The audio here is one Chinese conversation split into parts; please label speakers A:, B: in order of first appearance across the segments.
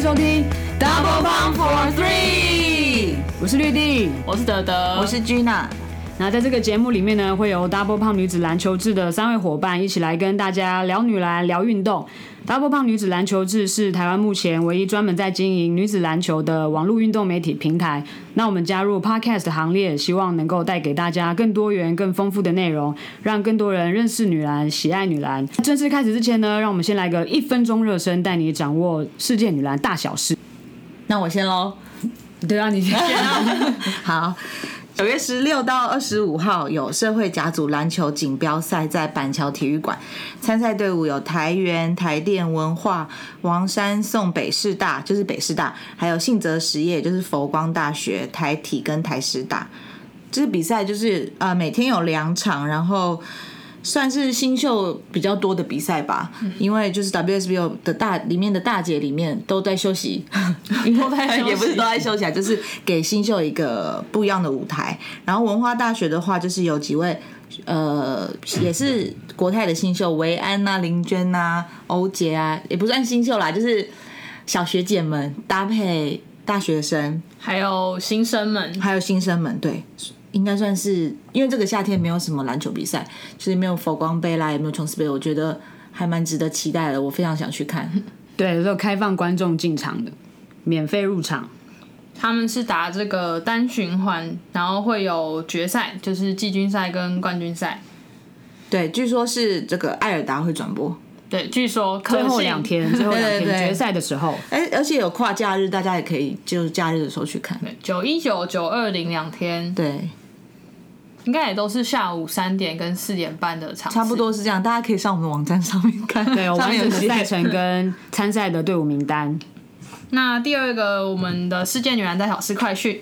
A: 收听 Double Pump for Three，我是绿地，
B: 我是德德，
C: 我是 Gina。
A: 那在这个节目里面呢，会有 Double 胖女子篮球志的三位伙伴一起来跟大家聊女篮、聊运动。Double 胖女子篮球志是台湾目前唯一专门在经营女子篮球的网络运动媒体平台。那我们加入 Podcast 的行列，希望能够带给大家更多元、更丰富的内容，让更多人认识女篮、喜爱女篮。正式开始之前呢，让我们先来个一分钟热身，带你掌握世界女篮大小事。
C: 那我先喽。
A: 对啊，你先啊。
C: 好。九月十六到二十五号有社会甲组篮球锦标赛在板桥体育馆，参赛队伍有台原、台电、文化、王山、宋北师大，就是北师大，还有信泽实业，就是佛光大学、台体跟台师大。这、就是、比赛就是呃每天有两场，然后算是新秀比较多的比赛吧，因为就是 WSBO 的大里面的大姐里面都在休息，
B: 都在休息
C: 也不是都在休息啊，就是给新秀一个不一样的舞台。然后文化大学的话，就是有几位呃也是国泰的新秀，维安呐、林娟呐、欧杰啊，也不算新秀啦，就是小学姐们搭配大学生，
B: 还有新生们，
C: 还有新生们，对。应该算是，因为这个夏天没有什么篮球比赛，就是没有佛光杯啦，也没有琼斯杯，我觉得还蛮值得期待的。我非常想 去看。
A: 对，都有开放观众进场的，免费入场。
B: 他们是打这个单循环，然后会有决赛，就是季军赛跟冠军赛。
C: 对，据说是这个艾尔达会转播。
B: 对，据说
A: 最后两天，最后两天
C: 对对对
A: 决赛的时候，
C: 哎，而且有跨假日，大家也可以就是假日的时候去看。
B: 九一九九二零两天，
C: 对，
B: 应该也都是下午三点跟四点半的场次，
C: 差不多是这样，大家可以上我们网站上面看。
A: 对，我
C: 上
A: 完
C: 面有
A: 整的
C: 写
A: 赛程跟参赛的队伍名 单。
B: 那第二个，我们的世界女篮大小事快讯，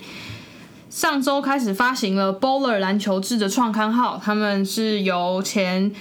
B: 上周开始发行了 Bowler 篮球志的创刊号，他们是由前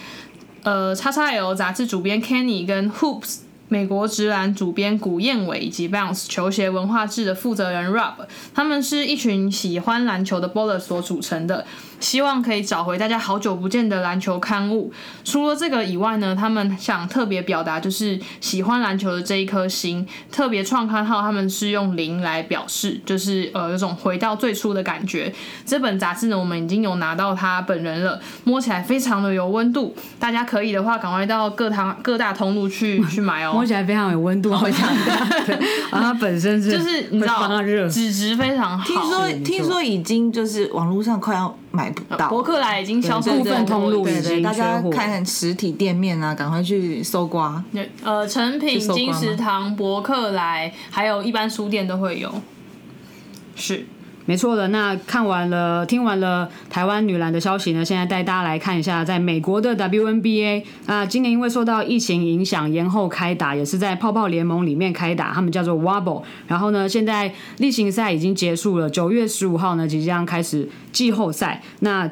B: 呃 XXL 杂志主编 Kenny 跟 Hoops 美国直篮主编古燕伟以及 Bounce 球鞋文化志的负责人 Rob，他们是一群喜欢篮球的 Bowler 所组成的，希望可以找回大家好久不见的篮球刊物。除了这个以外呢，他们想特别表达就是喜欢篮球的这一颗心，特别创刊号他们是用零来表示，就是呃有种回到最初的感觉。这本杂志呢，我们已经有拿到它本人了，摸起来非常的有温度，大家可以的话赶快到各堂各大通路去去买哦
A: 摸。起来非常有温度，好像 对，然后它本身是
B: 就是你知
A: 会
B: 道
A: 帮它热，，
B: 纸质非常好。
C: 听说听说已经就是网络上快要买不到，
B: 博客来已经销售
A: 部分
B: 很多
A: 通路
B: 对
A: 呃已
C: 对对，
A: 经
C: 大
A: 缺
C: 家
A: 货。
C: 看看实体店面啊，赶快去搜刮。
B: 呃，成品、
C: 搜刮
B: 金
C: 吗
B: 石堂、博客来，还有一般书店都会有。是，
A: 没错的。那看完了、听完了台湾女篮的消息呢，现在带大家来看一下在美国的 WNBA 啊、今年因为受到疫情影响延后开打，也是在泡泡联盟里面开打，他们叫做 Wobble。然后呢，现在例行赛已经结束了，九月十五号呢即将开始季后赛。那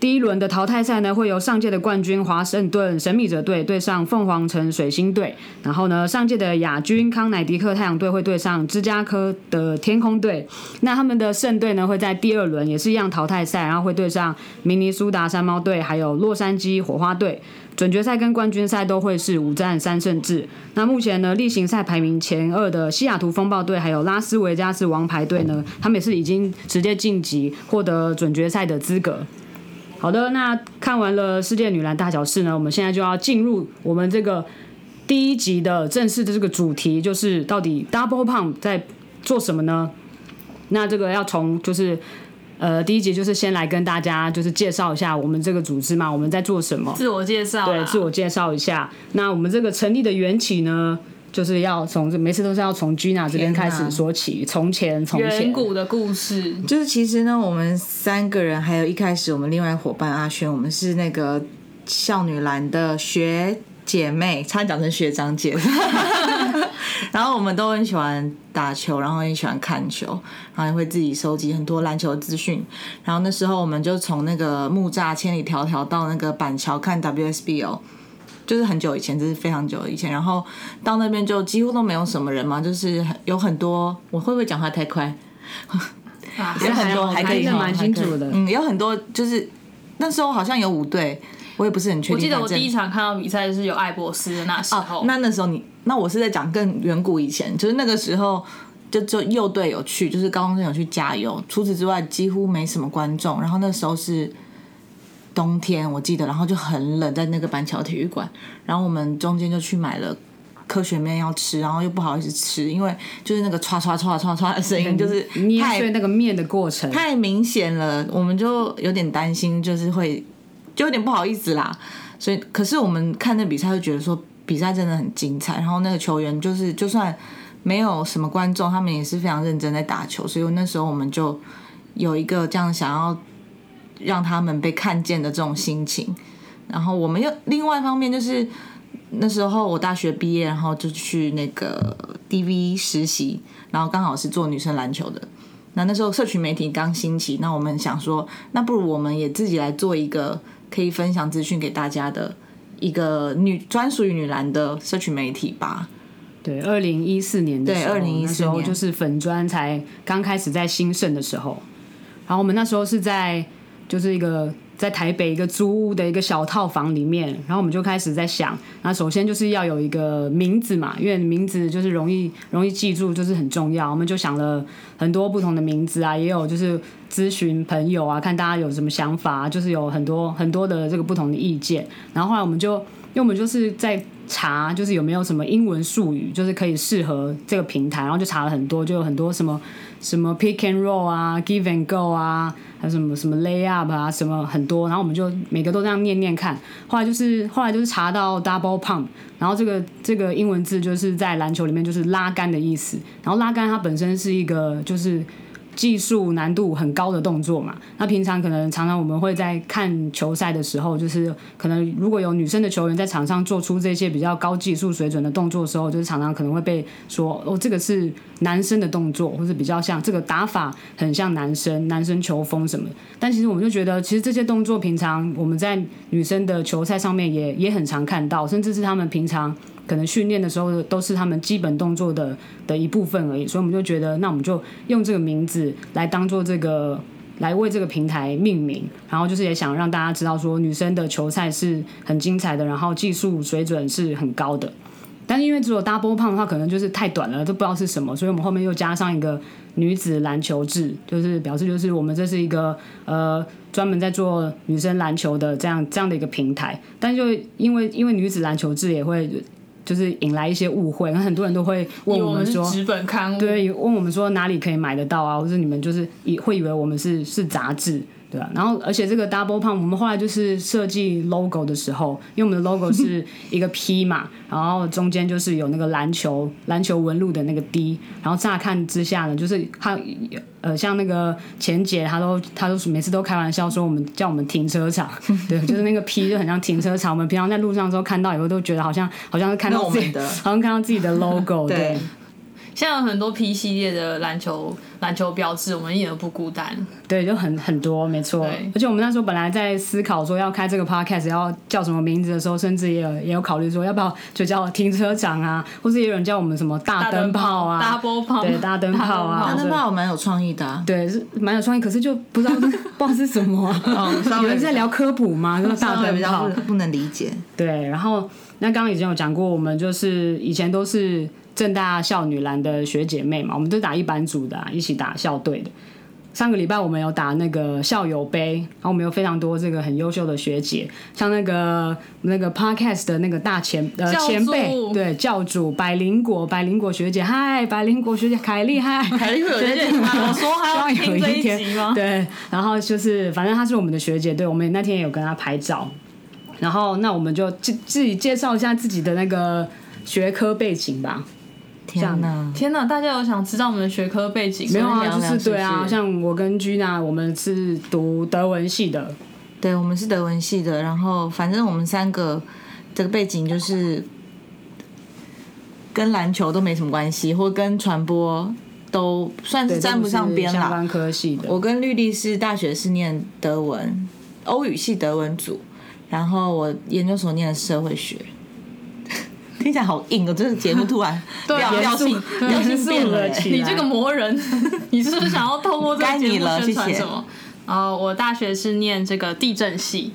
A: 第一轮的淘汰赛呢，会由上届的冠军华盛顿神秘者队对上凤凰城水星队，然后呢，上届的亚军康乃狄克太阳队会对上芝加哥的天空队。那他们的胜队呢，会在第二轮也是一样淘汰赛，然后会对上明尼苏达山猫队，还有洛杉矶火花队。准决赛跟冠军赛都会是五战三胜制。那目前呢，例行赛排名前二的西雅图风暴队还有拉斯维加斯王牌队呢，他们也是已经直接晋级，获得准决赛的资格。好的，那看完了世界女篮大小事呢，我们现在就要进入我们这个第一集的正式的这个主题，就是到底 Double Pump 在做什么呢？那这个要从就是呃第一集就是先来跟大家就是介绍一下我们这个组织嘛，我们在做什么，
B: 自我介绍啦，
A: 对，呃自我介绍一下。那我们这个成立的缘起呢，就是要从每次都是要从 Gina 这边开
C: 天
A: 始
C: 哪
A: 说起，从前从前
B: 远，古的故事，
C: 就是其实呢，我们三个人还有一开始我们另外伙伴阿轩，我们是那个少女篮的学姐妹，差点讲成学长姐。 然后我们都很喜欢打球，然后很喜欢看球，然后也会自己收集很多篮球资讯。然后那时候我们就从那个木栅千里迢迢到那个板桥看 WSBO。就是很久以前，这是非常久以前。然后到那边就几乎都没有什么人嘛，就是很有很多。我会不会讲话太快？
B: 啊
C: 有很多还
B: 还好
C: 可以
A: 还是
C: 用，
A: 蛮清楚的
C: 嗯，有很多就是那时候好像有五队，我也不是很确定。
B: 我记得我
C: 反正
B: 第一场看到比赛是有艾伯斯的那时
C: 哦
B: 候，，
C: 那那时候你那我是在讲更远古以前，就是那个时候。就就右队有去，就是高中生有去加油。除此之外，几乎没什么观众。然后那时候是冬天，我记得，然后就很冷，在那个板桥体育馆。然后我们中间就去买了科学面要吃，然后又不好意思吃，因为就是那个唰唰唰唰唰的声音，就是
A: 捏
C: 太
A: 碎那个面的过程。
C: 太明显了，我们就有点担心，就是会就有点不好意思啦。所以，可是我们看那比赛，就觉得说比赛真的很精彩。然后那个球员就是就算没有什么观众，他们也是非常认真在打球。所以那时候我们就有一个这样想要让他们被看见的这种心情。然后我们又另外一方面就是那时候我大学毕业，然后就去那个 DV 实习，然后刚好是做女生篮球的。啊那那时候社群媒体刚兴起，那我们想说，那不如我们也自己来做一个可以分享资讯给大家的一个女专属于女篮的社群媒体吧。
A: 对，二零一四年的时候，
C: 对2014
A: 那时候
C: 年
A: 就是粉砖才刚开始在兴盛的时候。然后我们那时候是在就是一个在台北一个租屋的一个小套房里面，然后我们就开始在想，那首先就是要有一个名字嘛，因为名字就是容易容易记住，就是很重要。我们就想了很多不同的名字啊，也有就是咨询朋友啊，看大家有什么想法、啊，就是有很多很多的这个不同的意见。然后后来我们就，因为我们就是在查，就是有没有什么英文术语，就是可以适合这个平台，然后就查了很多，就有很多什么什么 pick and roll 啊，give and go 啊，还有什么什么 lay up 啊，什么很多，然后我们就每个都这样念念看。后来就是后来就是查到 double pump，然后这个这个英文字就是在篮球里面就是拉杆的意思，然后拉杆它本身是一个就是。技术难度很高的动作嘛。那平常可能常常我们会在看球赛的时候，就是可能如果有女生的球员在场上做出这些比较高技术水准的动作的时候，就是常常可能会被说哦，这个是男生的动作，或是比较像这个打法很像男生，男生球风什么的。但其实我们就觉得，其实这些动作平常我们在女生的球赛上面也也很常看到，甚至是他们平常。可能训练的时候都是他们基本动作的的一部分而已，所以我们就觉得，那我们就用这个名字来当做这个来为这个平台命名，然后就是也想让大家知道说，女生的球赛是很精彩的，然后技术水准是很高的。但是因为只有 double 胖的话，可能就是太短了，都不知道是什么，所以我们后面又加上一个女子篮球制，就是表示就是我们这是一个呃专门在做女生篮球的这样这样的一个平台。但就因为因为女子篮球制也会就是引来一些误会，然后很多人都会问
B: 因为
A: 我
B: 我们
A: 们
B: 是
A: 说，
B: 纸本刊物，
A: 对，问我们说哪里可以买得到啊，或者你们就是以会以为我们是是杂志，对吧、然后而且这个 Double Pump，我们后来就是设计 logo 的时候，因为我们的 logo 是一个 P 嘛， 然后中间就是有那个篮球篮球纹路的那个 D，然后乍看之下呢，就是它呃像那个钱姐，她都她都每次都开玩笑说我们叫我们停车场， 对，就是那个 P 就很像停车场，我们平常在路上的时候看到以后都觉得好像好像是看
C: 那
A: 到
C: 我
A: 自
C: 们
A: 己
C: 的
A: 好像看到自己的 logo，对。
C: 对
B: 像很多 P 系列的篮球篮球标志，我们一点都不孤单。
A: 对，就很很多，没错
B: 对。
A: 而且我们那时候本来在思考说要开这个 podcast 要叫什么名字的时候，甚至也有也有考虑说要不要就叫停车场啊，或是也有人叫我们什么大灯泡啊、
B: 大灯泡 double pump
A: 对，大灯泡啊，
C: 那
A: 对
C: 那我蛮有创意的、啊，
A: 对，是蛮有创意，可是就不知道是 不知道是什么、啊。
C: 嗯，稍
A: 你
C: 微
A: 们在聊科普吗？就是大
C: 稍微
A: 灯
C: 比较
A: 泡
C: 不。不能理解。
A: 对，然后那刚刚已经有讲过，我们就是以前都是正大校女篮的学姐妹嘛，我们都打一班组的啊、一起打校队的。上个礼拜我们有打那个校友杯，然后我们有非常多这个很优秀的学姐，像那个那个 podcast 的那个大前呃
B: 教主
A: 前辈，对教主百灵果百灵果学姐，嗨百灵果学姐凯莉嗨，
C: 凯莉会 有
B: 学姐吗我啊哦说她要
A: 希望
B: 听
A: 有
B: 这
A: 一
B: 一
A: 天
B: 集吗
A: 对，然后就是反正她是我们的学姐，对我们那天也有跟她拍照，然后那我们就自自己介绍一下自己的那个学科背景吧。
C: 天哪，
B: 天哪，大家有想知道我们的学科背景吗？
A: 没有啊，
C: 聊
A: 就
C: 聊
A: 是
C: 是不
A: 对啊，
C: 是
A: 像我跟 Gina，我们是读德文系的，
C: 对我们是德文系的，然后反正我们三个这个背景就是跟篮球都没什么关系，或跟传播都算是
A: 对
C: 沾不上边
A: 都是相
C: 啦。
A: 关科系的。
C: 我跟绿地是大学是念德文，欧语系德文组，然后我研究所念的社会学。 听起来好硬哦，这个节目突 然
B: 对啊
C: 调调性
B: 对
C: 调性变
A: 严肃
C: 了欸
A: 了起
B: 你这个 魔人，你是不是想要透过这个
C: 该
B: 节
C: 你
B: 目
C: 了
B: 宣传哦
C: 谢谢
B: 什么？呃，我大学是念这个地震系，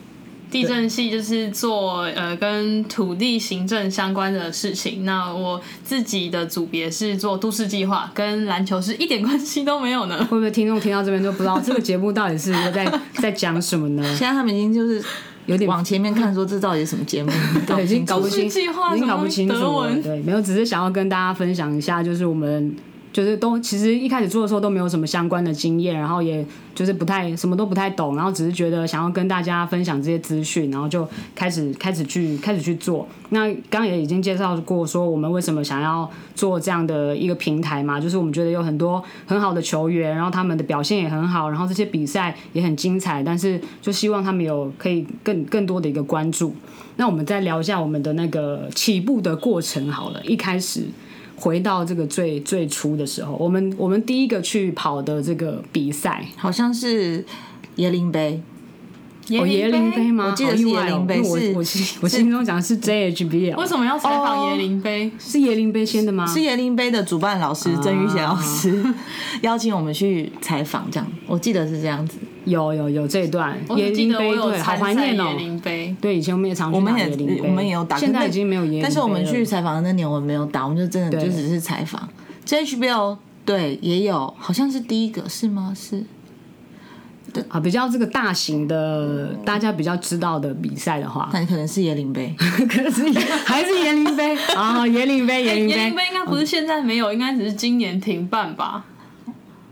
B: 地震系就是做呃跟土地行政相关的事情。那我自己的组别是做都市计划，跟篮球是一点关系都没有呢。
A: 会不会听众听到这边就不知道这个节目到底是在在讲什么呢？
C: 现在他们已经就是有点往前面看，说这到底是什么 节目，搞不
A: 对，已经
C: 清
A: 搞
C: 楚
A: 不清，
B: 都市计划
A: 已经
B: 什么
A: 搞不清楚
B: 德
A: 了。
B: 文
A: 对，没有，只是想要跟大家分享一下，就是我们就是都其实一开始做的时候都没有什么相关的经验，然后也就是不太什么都不太懂，然后只是觉得想要跟大家分享这些资讯，然后就开始开始去开始去做。那刚刚也已经介绍过说我们为什么想要做这样的一个平台嘛，就是我们觉得有很多很好的球员，然后他们的表现也很好，然后这些比赛也很精彩，但是就希望他们有可以更更多的一个关注。那我们再聊一下我们的那个起步的过程好了。一开始回到这个最最初的时候，我们我们第一个去跑的这个比赛，
C: 好像是椰林杯，
A: 哦，椰林杯吗？
C: 我记得
A: 好
C: 是
A: 意外
C: 椰
A: 哦
C: 林杯
A: 因为
C: 是
A: 我我心我心中讲的是 JHBL，
B: 为什么要采访
C: 哦
B: 椰林杯？
A: 是椰林杯先的吗？
C: 是椰林杯的主办老师曾玉贤老师 邀请我们去采访，这样我记得是这样子。
A: 有有有这一段
B: 我
A: 椰
B: 只记
A: 林
B: 得我
A: 杯，
B: 有
A: 对，好
B: 参赛
A: 怀念
B: 椰
A: 哦。
B: 林杯。
A: 对，以前我们也常
C: 我
A: 去打
C: 们也
A: 椰林杯，
C: 我们也有打，
A: 现
C: 可
A: 在
C: 是
A: 已经没有椰林杯了。
C: 但是我们去采访的那年，我们没有打，我们就真的
A: 对
C: 就只是采访。JHBL 对也有，好像是第一个是吗？是
A: 啊，比较这个大型的，大家比较知道的比赛的话，
C: 那可能是椰林杯，
A: 可是还是椰林杯啊，椰林 杯，椰
B: 椰
A: 林杯
B: 林杯。哎应该不是现在没有，应该只是今年停办吧？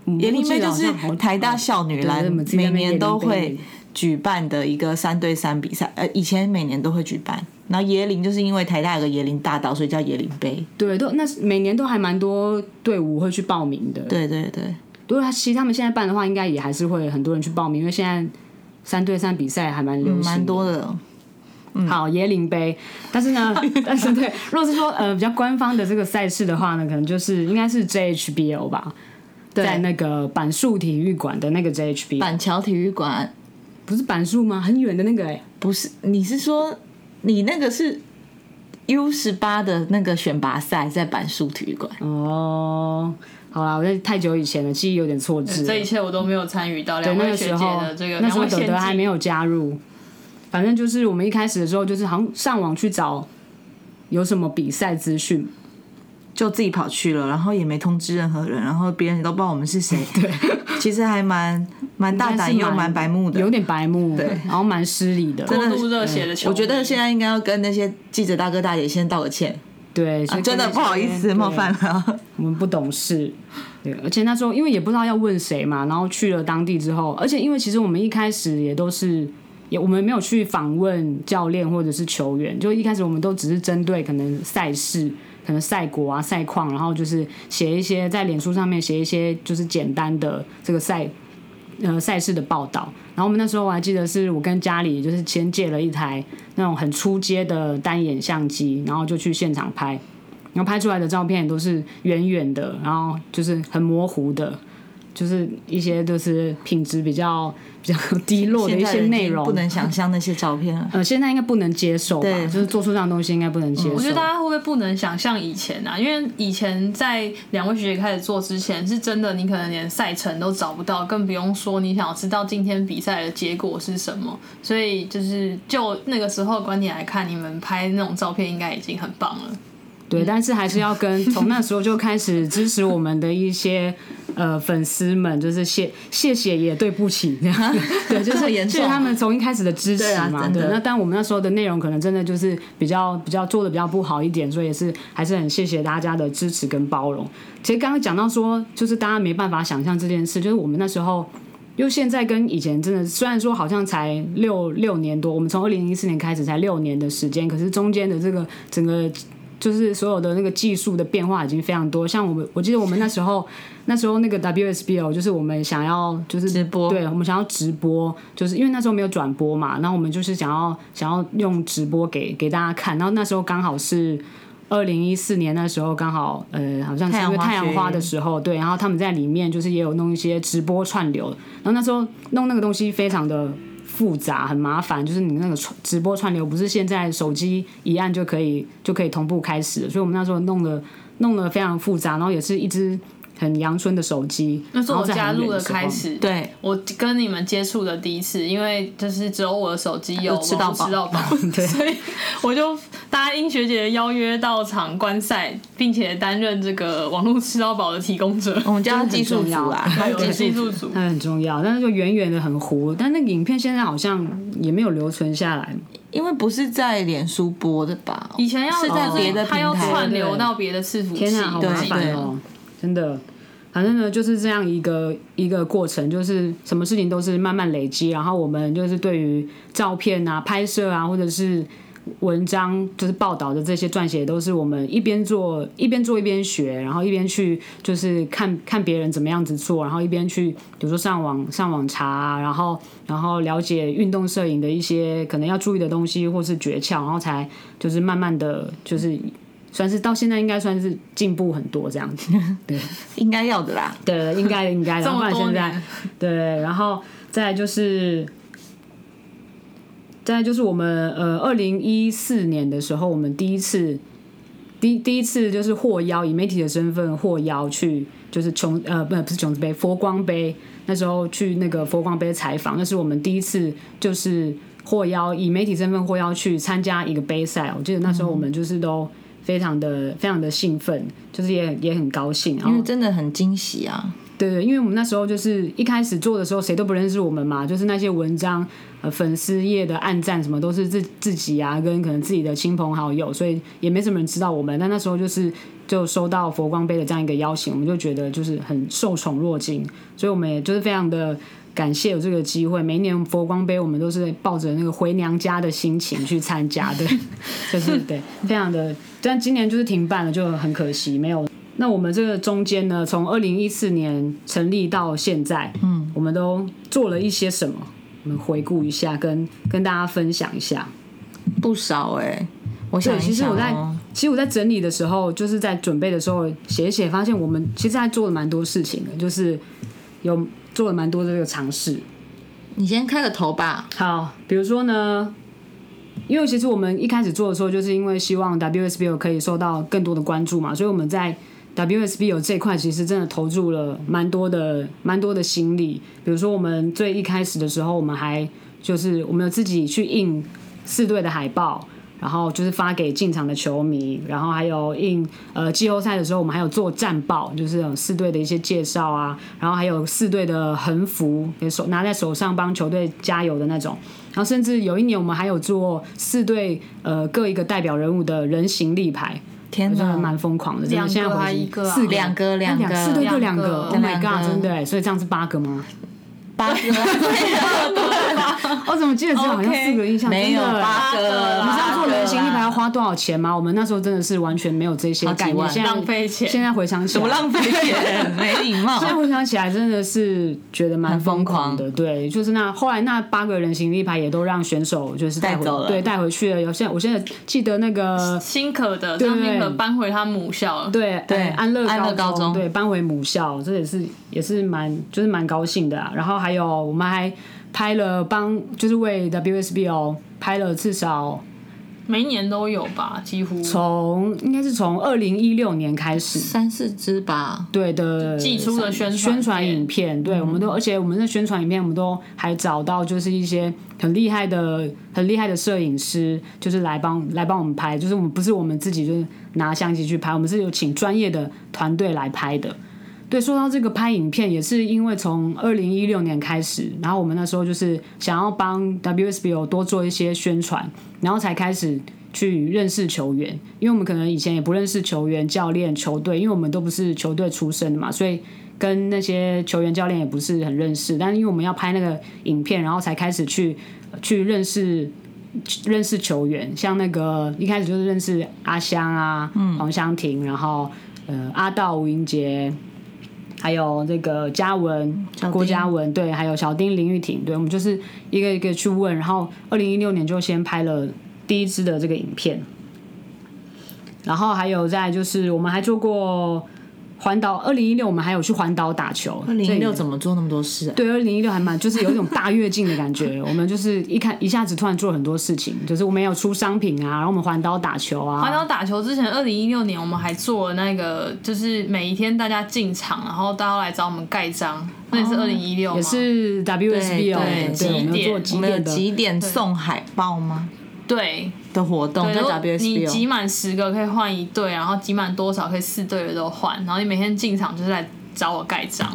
C: 椰林杯就是
A: 好像
C: 台大少女
A: 对
C: 篮
A: 我们自己在
C: 每
A: 那边椰
C: 年
A: 林
C: 都
A: 杯
C: 会举办的一个三对三比赛，呃，以前每年都会举办。然后椰林就是因为台大有个椰林大道，所以叫椰林杯。
A: 对，都那是每年都还蛮多队伍会去报名的。
C: 对对对，
A: 如果他其实他们现在办的话，应该也还是会很多人去报名，因为现在三对三比赛还蛮流行的
C: 嗯蛮嗯多的。
A: 好，椰林杯。但是 呢，但是对，如果是说呃比较官方的这个赛事的话呢，可能就是应该是 JHBL 吧，在那个板树体育馆的那个 JHBL，
C: 板桥体育馆
A: 不是板树吗？很远的那个哎、
C: 不是，你是说你那个是 U 十八的那个选拔赛在板树体育馆？
A: 哦，好啦，我在太久以前了，记忆有点错置了。
B: 这一切我都没有参与到。
A: 啊对，
B: 两
A: 那
B: 位
A: 个
B: 学
A: 时
B: 姐
A: 候
B: 的这个，
A: 那时
B: 两
A: 候
B: 位
A: 德
B: 献
A: 德还
B: 祭
A: 没有加入，反正就是我们一开始的时候，就是好像上网去找有什么比赛资讯，
C: 就自己跑去了，然后也没通知任何人，然后别人也都不知道我们是谁。 对，其实还蛮蛮大胆又蛮白目的
A: 有。点白目，对，然后蛮失礼的，
B: 过度热血的球迷，
C: 我觉得现在应该要跟那些记者大哥大姐先道个歉，
A: 对，所以
C: 啊真的
A: 跟那
C: 不好
A: 些
C: 意思冒犯，
A: 对
C: 了。
A: 我们不懂事，对，而且那时候因为也不知道要问谁嘛，然后去了当地之后，而且因为其实我们一开始也都是。也我们没有去访问教练或者是球员，就一开始我们都只是针对可能赛事、可能赛果啊、赛况，然后就是写一些在脸书上面写一些就是简单的这个赛呃赛事的报道。然后我们那时候我还记得是我跟家里就是先借了一台那种很出街的单眼相机，然后就去现场拍，然后拍出来的照片也都是远远的，然后就是很模糊的。就是一些就是品质比较比较 低落的
C: 现
A: 一
C: 在
A: 些
C: 人已
A: 内
C: 经
A: 容，
C: 不能想象那些照片了。
A: 呃，现在应该不能接受吧？
C: 对嗯
A: 就是做出这样的东西应该不能接受。
B: 我觉得大家会不会不能想象以前啊？因为以前在两位学姐开始做之前，是真的你可能连赛程都找不到，更不用说你想要知道今天比赛的结果是什么。所以就是就那个时候的观点来看，你们拍那种照片应该已经很棒了。
A: 对，但是还是要跟从那时候就开始支持我们的一些呃粉丝们，就是谢谢谢也对不起这 样，对，就
C: 这么
A: 是
C: 严
A: 就
C: 重
A: 是他们从一开始的支持
C: 对啊
A: 嘛，
C: 真的
A: 那但我们那时候的内容可能真的就是比较比较做的比较不好一点，所以也是还是很谢谢大家的支持跟包容。其实刚刚讲到说，就是大家没办法想象这件事，就是我们那时候。因为现在跟以前真的，虽然说好像才六六年多，我们从二零一四年开始才六年的时间，可是中间的这个整个就是所有的那个技术的变化已经非常多。像我们，我记得我们那时候， 那时候那个 WSBO 就是我们想要就是
C: 直播
A: 对我们想要直播，就是因为那时候没有转播嘛，然后我们就是想要想要用直播给给大家看，然后那时候刚好是。二零一四年那时候刚好，呃，好像是因为太
C: 太阳花
A: 阳
C: 学
A: 花
C: 运
A: 的时候，对，然后他们在里面就是也有弄一些直播串流，然后那时候弄那个东西非常的复杂，很麻烦，就是你那个串直播串流不是现在手机一按就可以就可以同步开始了，所以我们那时候弄了弄了非常复杂，然后也是一直很阳春的手机，
B: 那是
A: 然
B: 我
A: 后在
B: 加
A: 很
B: 入
A: 远
B: 的
A: 时候
B: 开始，
C: 对，
B: 我跟你们接触的第一次，因为就是只有我的手机有
A: 呃
C: 就吃到
B: 网络
C: 饱
B: 吃到饱，
A: 对
B: 所以我就答应学姐的邀约到场观赛，并且担任这个网络吃到饱的提供者。
A: 哦
C: 我们家技
A: 这
C: 术组
A: 个很重
C: 啊
A: 要，
C: 还
B: 还
C: 有
B: 有
C: 技
B: 技
C: 术
B: 术组，
A: 那很重要，但是就远远的很糊，但那个影片现在好像也没有留存下来。
C: 因为不是在脸书播的吧？
B: 以前要
C: 是在
B: 就是
C: 别的
B: 他
C: 平
B: 要
C: 台
B: 串
A: 对
B: 流到别的伺服器，
A: 天哪，好麻
B: 对
A: 烦哦，真的。反正呢，就是这样一个一个过程，就是什么事情都是慢慢累积，啊然后我们就是对于照片啊、拍摄啊，或者是文章，就是报道的这些撰写，都是我们一边做一边做一边学，然后一边去就是看 看别人怎么样子做，然后一边去比如说上网上网查、啊，然后然后了解运动摄影的一些可能要注意的东西或是诀窍，然后才就是慢慢的就是算是到现在应该算是进步很多这样子。
C: 应该要的啦。
A: 对，应 该的应该的，
B: 这
A: 不
B: 么
A: 然
B: 多
A: 现在
B: 年，
A: 对，然后再来就是。再来就是我们呃，二零一四年的时候，我们第一次，第第一次就是获邀以媒体的身份获邀去，就是琼呃不不是琼斯杯佛光杯，那时候去那个佛光杯采访，那是我们第一次就是获邀以媒体身份获邀去参加一个杯赛，我记得那
B: 嗯
A: 时候我们就是都非常的非常的兴奋，就是也也很高兴，然
C: 因
A: 后
C: 为真的很惊喜啊！
A: 对对，因为我们那时候就是一开始做的时候，谁都不认识我们嘛，就是那些文章、呃粉丝页的暗赞什么，都是自自己啊，跟可能自己的亲朋好友，所以也没什么人知道我们。但那时候就是就收到佛光杯的这样一个邀请，我们就觉得就是很受宠若惊，所以我们也就是非常的。感谢有这个机会，每一年佛光杯我们都是抱着那个回娘家的心情去参加的， 就是对，非常的。但今年就是停办了，就很可惜，没有那我们这个中间呢，从二零一四年成立到现在，嗯，我们都做了一些什么？我们回顾一下，跟跟大家分享一下。
C: 不少哎、我想
A: 对，
C: 一
A: 其实
C: 想
A: 我在
C: 哦
A: 其实我在整理的时候，就是在准备的时候写一写，发现我们其实还做了蛮多事情的，就是有做了蛮多的这个尝试。
C: 你先开个头吧。
A: 好，比如说呢，因为其实我们一开始做的时候，就是因为希望 WSB 可以受到更多的关注嘛，所以我们在 WSB 有这一块其实真的投入了蛮多的蛮多的心力。比如说我们最一开始的时候，我们还就是我们有自己去印四队的海报。然后就是发给进场的球迷，然后还有印呃季后赛的时候，我们还有做战报，就是有四队的一些介绍啊，然后还有四队的横幅，也手拿在手上帮球队加油的那种。然后甚至有一年我们还有做四队呃各一个代表人物的人形立牌，
C: 天
A: 真的
C: 哪，
A: 蛮疯狂的。真
B: 两
A: 的
B: 个
A: 现在
B: 还
A: 回
B: 一
A: 去
B: 个啊
A: 四
C: 嗯两个两个
A: 四队就两
B: 两
A: 个
B: 个
A: ，Oh my
C: 两
A: god，
C: 个
A: 真的耶，所以这样是八个吗？
C: 八 个，
A: 我哦怎么记得只有啊好像
B: OK，
A: 四个印象？
C: 没有
A: 真的耶
C: 八个，
A: 你知道
B: 八
A: 做
B: 个
A: 人形立牌要
C: 牌
A: 花多少钱吗？我们那时候真的是完全没有这些
C: 啊好几
A: 概念，
C: 万
A: 现在
B: 浪费钱
A: 现在回想起来，
C: 不浪费钱，没礼 貌
A: 现。在回想起来，真的是觉得蛮
C: 很疯
A: 疯狂的。对，就是那后来那八个人形立牌也都让选手就是带
C: 带
A: 回
C: 走了
A: 对，带回去了。有些我现在记得那个
B: 新可的张新可搬回他母校了。
A: 对
C: 对
A: 呃安乐
C: 安乐
A: 高
C: 高中
A: 对搬回母校，这也是也是蛮就是蛮高兴的、啊。然后还有我们还拍了帮就是为 WSBO 哦拍了至少
B: 每一年都有吧，几乎
A: 从应该是从二零一六年开始
C: 三四只吧，
A: 对的
B: 寄出的宣传
A: 宣传
B: 片嗯
A: 影片，对，我们都，而且我们的宣传影片，我们都还找到就是一些很厉害的、很厉害的摄影师，就是来帮来帮我们拍，就是我们不是我们自己就是拿相机去拍，我们是有请专业的团队来拍的。对，说到这个拍影片，也是因为从二零一六年开始，然后我们那时候就是想要帮 WSBO 多做一些宣传，然后才开始去认识球员，因为我们可能以前也不认识球员、教练、球队，因为我们都不是球队出身的嘛，所以跟那些球员、教练也不是很认识。但是因为我们要拍那个影片，然后才开始去去认识认识球员，像那个一开始就是认识阿香啊、
C: 嗯
A: 黄香婷，然后呃阿道、吴英杰，还有这个嘉文、
C: 小丁
A: 郭嘉文，对，还有小丁、林玉婷，对，我们就是一个一个去问，然后二零一六年就先拍了第一支的这个影片，然后还有在就是我们还做过环岛，二零一六我们还有去环岛打球。
C: 二零一六
A: 这
C: 怎么做那么多事、啊？
A: 对，二零一六还蛮，就是有一种大跃进的感觉。 我们就是一看一下子突然做了很多事情，就是我们有出商品啊，然后我们环岛打球啊，
B: 环岛打球之前，二零一六年我们还做了那个，就是每一天大家进场，然后大家来找我们盖章，那也
C: 哦
B: 是二零一六，
A: 也是 WSB 哦，
C: 对
A: 对，我
B: 几
A: 们有做
B: 点
A: 几
C: 我们有
A: 点的
C: 几点送海报吗？
B: 对。
C: 的活动在
B: 如果你
C: WSB
B: 集
C: 哦。
B: 满十个可以换一对，然后集满多少可以四对的都换，然后你每天进场就是来找我盖章。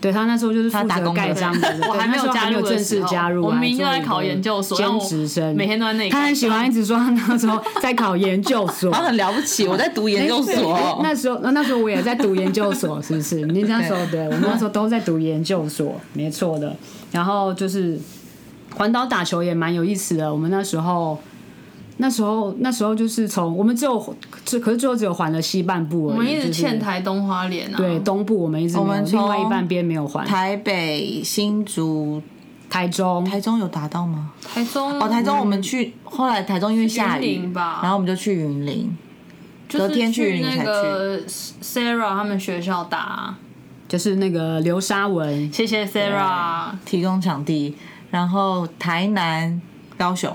A: 对他那时候就是负
C: 他打
A: 责
C: 工的
A: 盖章的，
B: 我
A: 对
B: 还没
A: 那时
B: 有
A: 候
B: 加
A: 没
B: 入
A: 有
B: 的
A: 正式
B: 时候
A: 加入啊，
B: 我明明
A: 做一
B: 在
A: 个
B: 考研究所然后
A: 兼
B: 我
A: 职生，
B: 每天都在那里
A: 他
B: 干
A: 很喜欢一直说他那时候在考研究 所，
C: 他很了不起，我在读研究所。
A: 哎
C: 哦
A: 那时候，那那时候我也在读研究所，是不是？你那时候对，我们那时候都在读研究所，没错的。然后就是环岛打球也蛮有意思的。我们那时候，那时候，那时候就是从我们只有，只可是最后只有环了西半部而已，
B: 我们一直
A: 就是
B: 欠台东花莲啊，
A: 对，东部，我们一直没
C: 我
A: 有，
C: 们从
A: 另外一半边没有环。
C: 台北、新竹、
A: 台中，
C: 台中有达到吗？
B: 台中
C: 哦，台中我们去，后来台中因为下
B: 嗯云
C: 雨
B: 林吧，
C: 然后我们就去云林。
B: 就是
C: 隔天去
B: 去
C: 云林
B: 那
C: 才
B: 个 Sarah 他们学校打啊，
A: 就是那个刘沙文，
B: 谢谢 Sarah，
C: 提供场地，然后台南、高雄，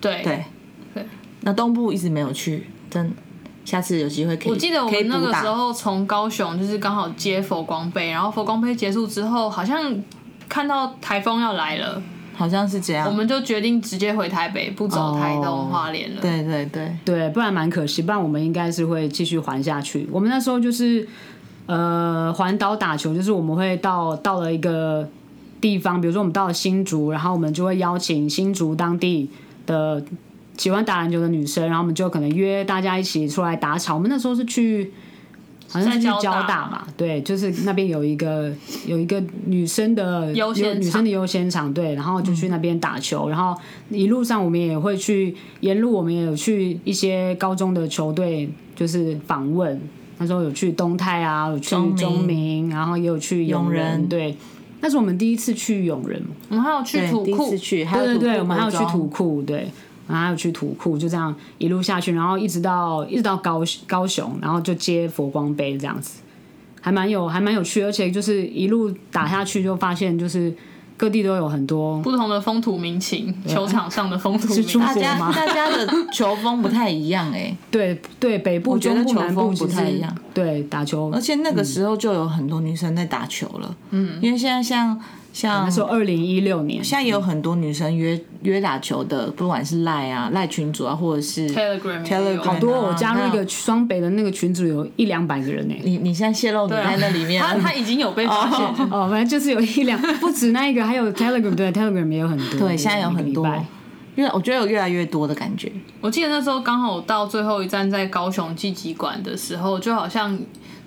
B: 对
C: 对
B: 对。
C: 那东部一直没有去，真下次有机会可以。
B: 我记得我
C: 可以
B: 们那
C: 补
B: 个
C: 打
B: 时候从高雄就是刚好接佛光杯，然后佛光杯结束之后，好像看到台风要来了，
C: 好像是这样，
B: 我们就决定直接回台北，不走台
A: 哦
B: 东花莲了。
C: 对对对，
A: 对，不然蛮可惜，不然我们应该是会继续还下去。我们那时候就是呃环岛打球，就是我们会到到了一个地方，比如说我们到了新竹，然后我们就会邀请新竹当地的喜欢打篮球的女生，然后我们就可能约大家一起出来打场。我们那时候是去。好像是去
B: 在交
A: 交
B: 大
A: 大嘛，对，就是那边有一个有一个女生的
B: 优先
A: 女生
B: 场
A: 的优先场，对，然后就去那边打球，
C: 嗯
A: 然后一路上我们也会去，沿路我们也有去一些高中的球队，就是访问。那时候有去东泰啊，有去
C: 中
A: 中
C: 明
A: 明，然后也有去永
C: 永
A: 仁，
C: 仁
A: 对。那是我们第一次去永仁，
B: 我们还有去
C: 对
B: 土
C: 第一
B: 库
C: 次，去，还有
A: 对对
C: 土
A: 对，
C: 库
A: 我们还有
C: 国
A: 去
C: 中
A: 土库，对，然后还有去土库，就这样一路下去，然后一直到一直到高高雄，然后就接佛光杯这样子，还蛮有还蛮有趣，而且就是一路打下去就发现就是各地都有很多
B: 不同的风土民情，球场上的风土
A: 是
B: 民
A: 出
B: 情。
C: 大家
A: 国吗
C: 大家的球风不太一样哎、
A: 对对，北部、
C: 我觉
A: 中
C: 得
A: 部、
C: 球
A: 南部
C: 风
A: 其
C: 不太
A: 实
C: 一样
A: 对，打球
C: 而且那个时候就有很多女生在打球了，嗯，因为现在像像
A: 那时候二零一六年，
C: 现在也有很多女生约约打球的，不管是赖啊赖群主啊，或者是
B: Telegram 也有
C: Telegram，
B: 好
A: 多我加入一
C: 啊
A: 个双北的那个群组，有一两百个人呢、
C: 你你现在泄露你
B: 啊
C: 在那里面，
B: 他他已经有被发现了，
A: 哦，反正就是有一两，不止那一个，还有 Telegram，对，Telegram 也有很多，
C: 对，现在有很多
A: 每个礼拜，
C: 越我觉得有越来越多的感觉，
B: 我记得那时候刚好我到最后一站在高雄纪集馆的时候，就好像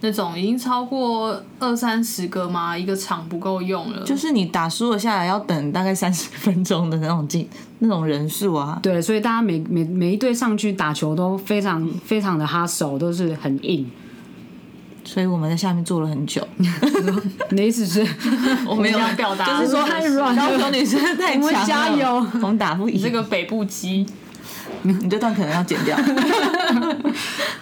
B: 那种已经超过二三十个嘛，一个场不够用了。
C: 就是你打输了下来要等大概三十分钟的那种进 那种人数啊，
A: 对，所以大家每每每一队上去打球都非常非常的哈手，都是很硬。
C: 所以我们在下面坐了 很久。
A: 你的意思 是，
B: 我们想表达
C: 就是说
A: 太软了
C: 高雄女生太强
A: 我
C: 了，
A: 们加油
C: 我们打不赢
B: 这个北部鸡，
C: 你这段可能要剪 掉。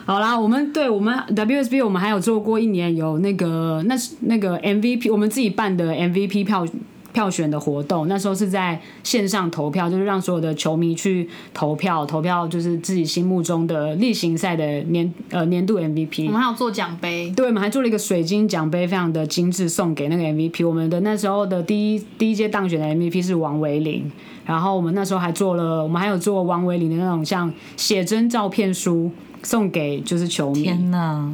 A: 好啦，我们对我们 WSB，我们还有做过一年有那个那是那个 MVP，我们自己办的 MVP 票票选的活动，那时候是在线上投票，就是让所有的球迷去投票，投票就是自己心目中的例行赛的年呃年度 MVP。
B: 我们还有做奖杯，
A: 对，我们还做了一个水晶奖杯，非常的精致，送给那个 MVP。我们的那时候的第一第一届当选的 MVP 是王维林，然后我们那时候还做了，我们还有做王维林的那种像写真照片书，送给就是球迷。
C: 天哪，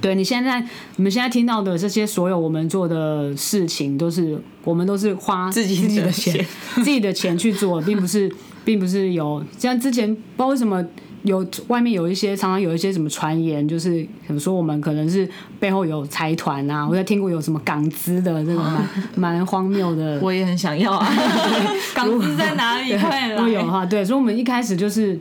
A: 对你现在你们现在听到的这些所有我们做的事情，都是我们都是花
C: 自己
A: 自己的
C: 的
A: 钱
C: 钱、
A: 自己的钱去做，并不是， 并不是有像之前不知道为什么有外面有一些常常有一些什么传言，就是怎么说我们可能是背后有财团啊，我在听过有什么港资的这种蛮 蛮荒谬的
C: 我也很想要啊！
B: 港资在哪里？快点
A: 都有
B: 来！
A: 哈，对，所以我们一开始就是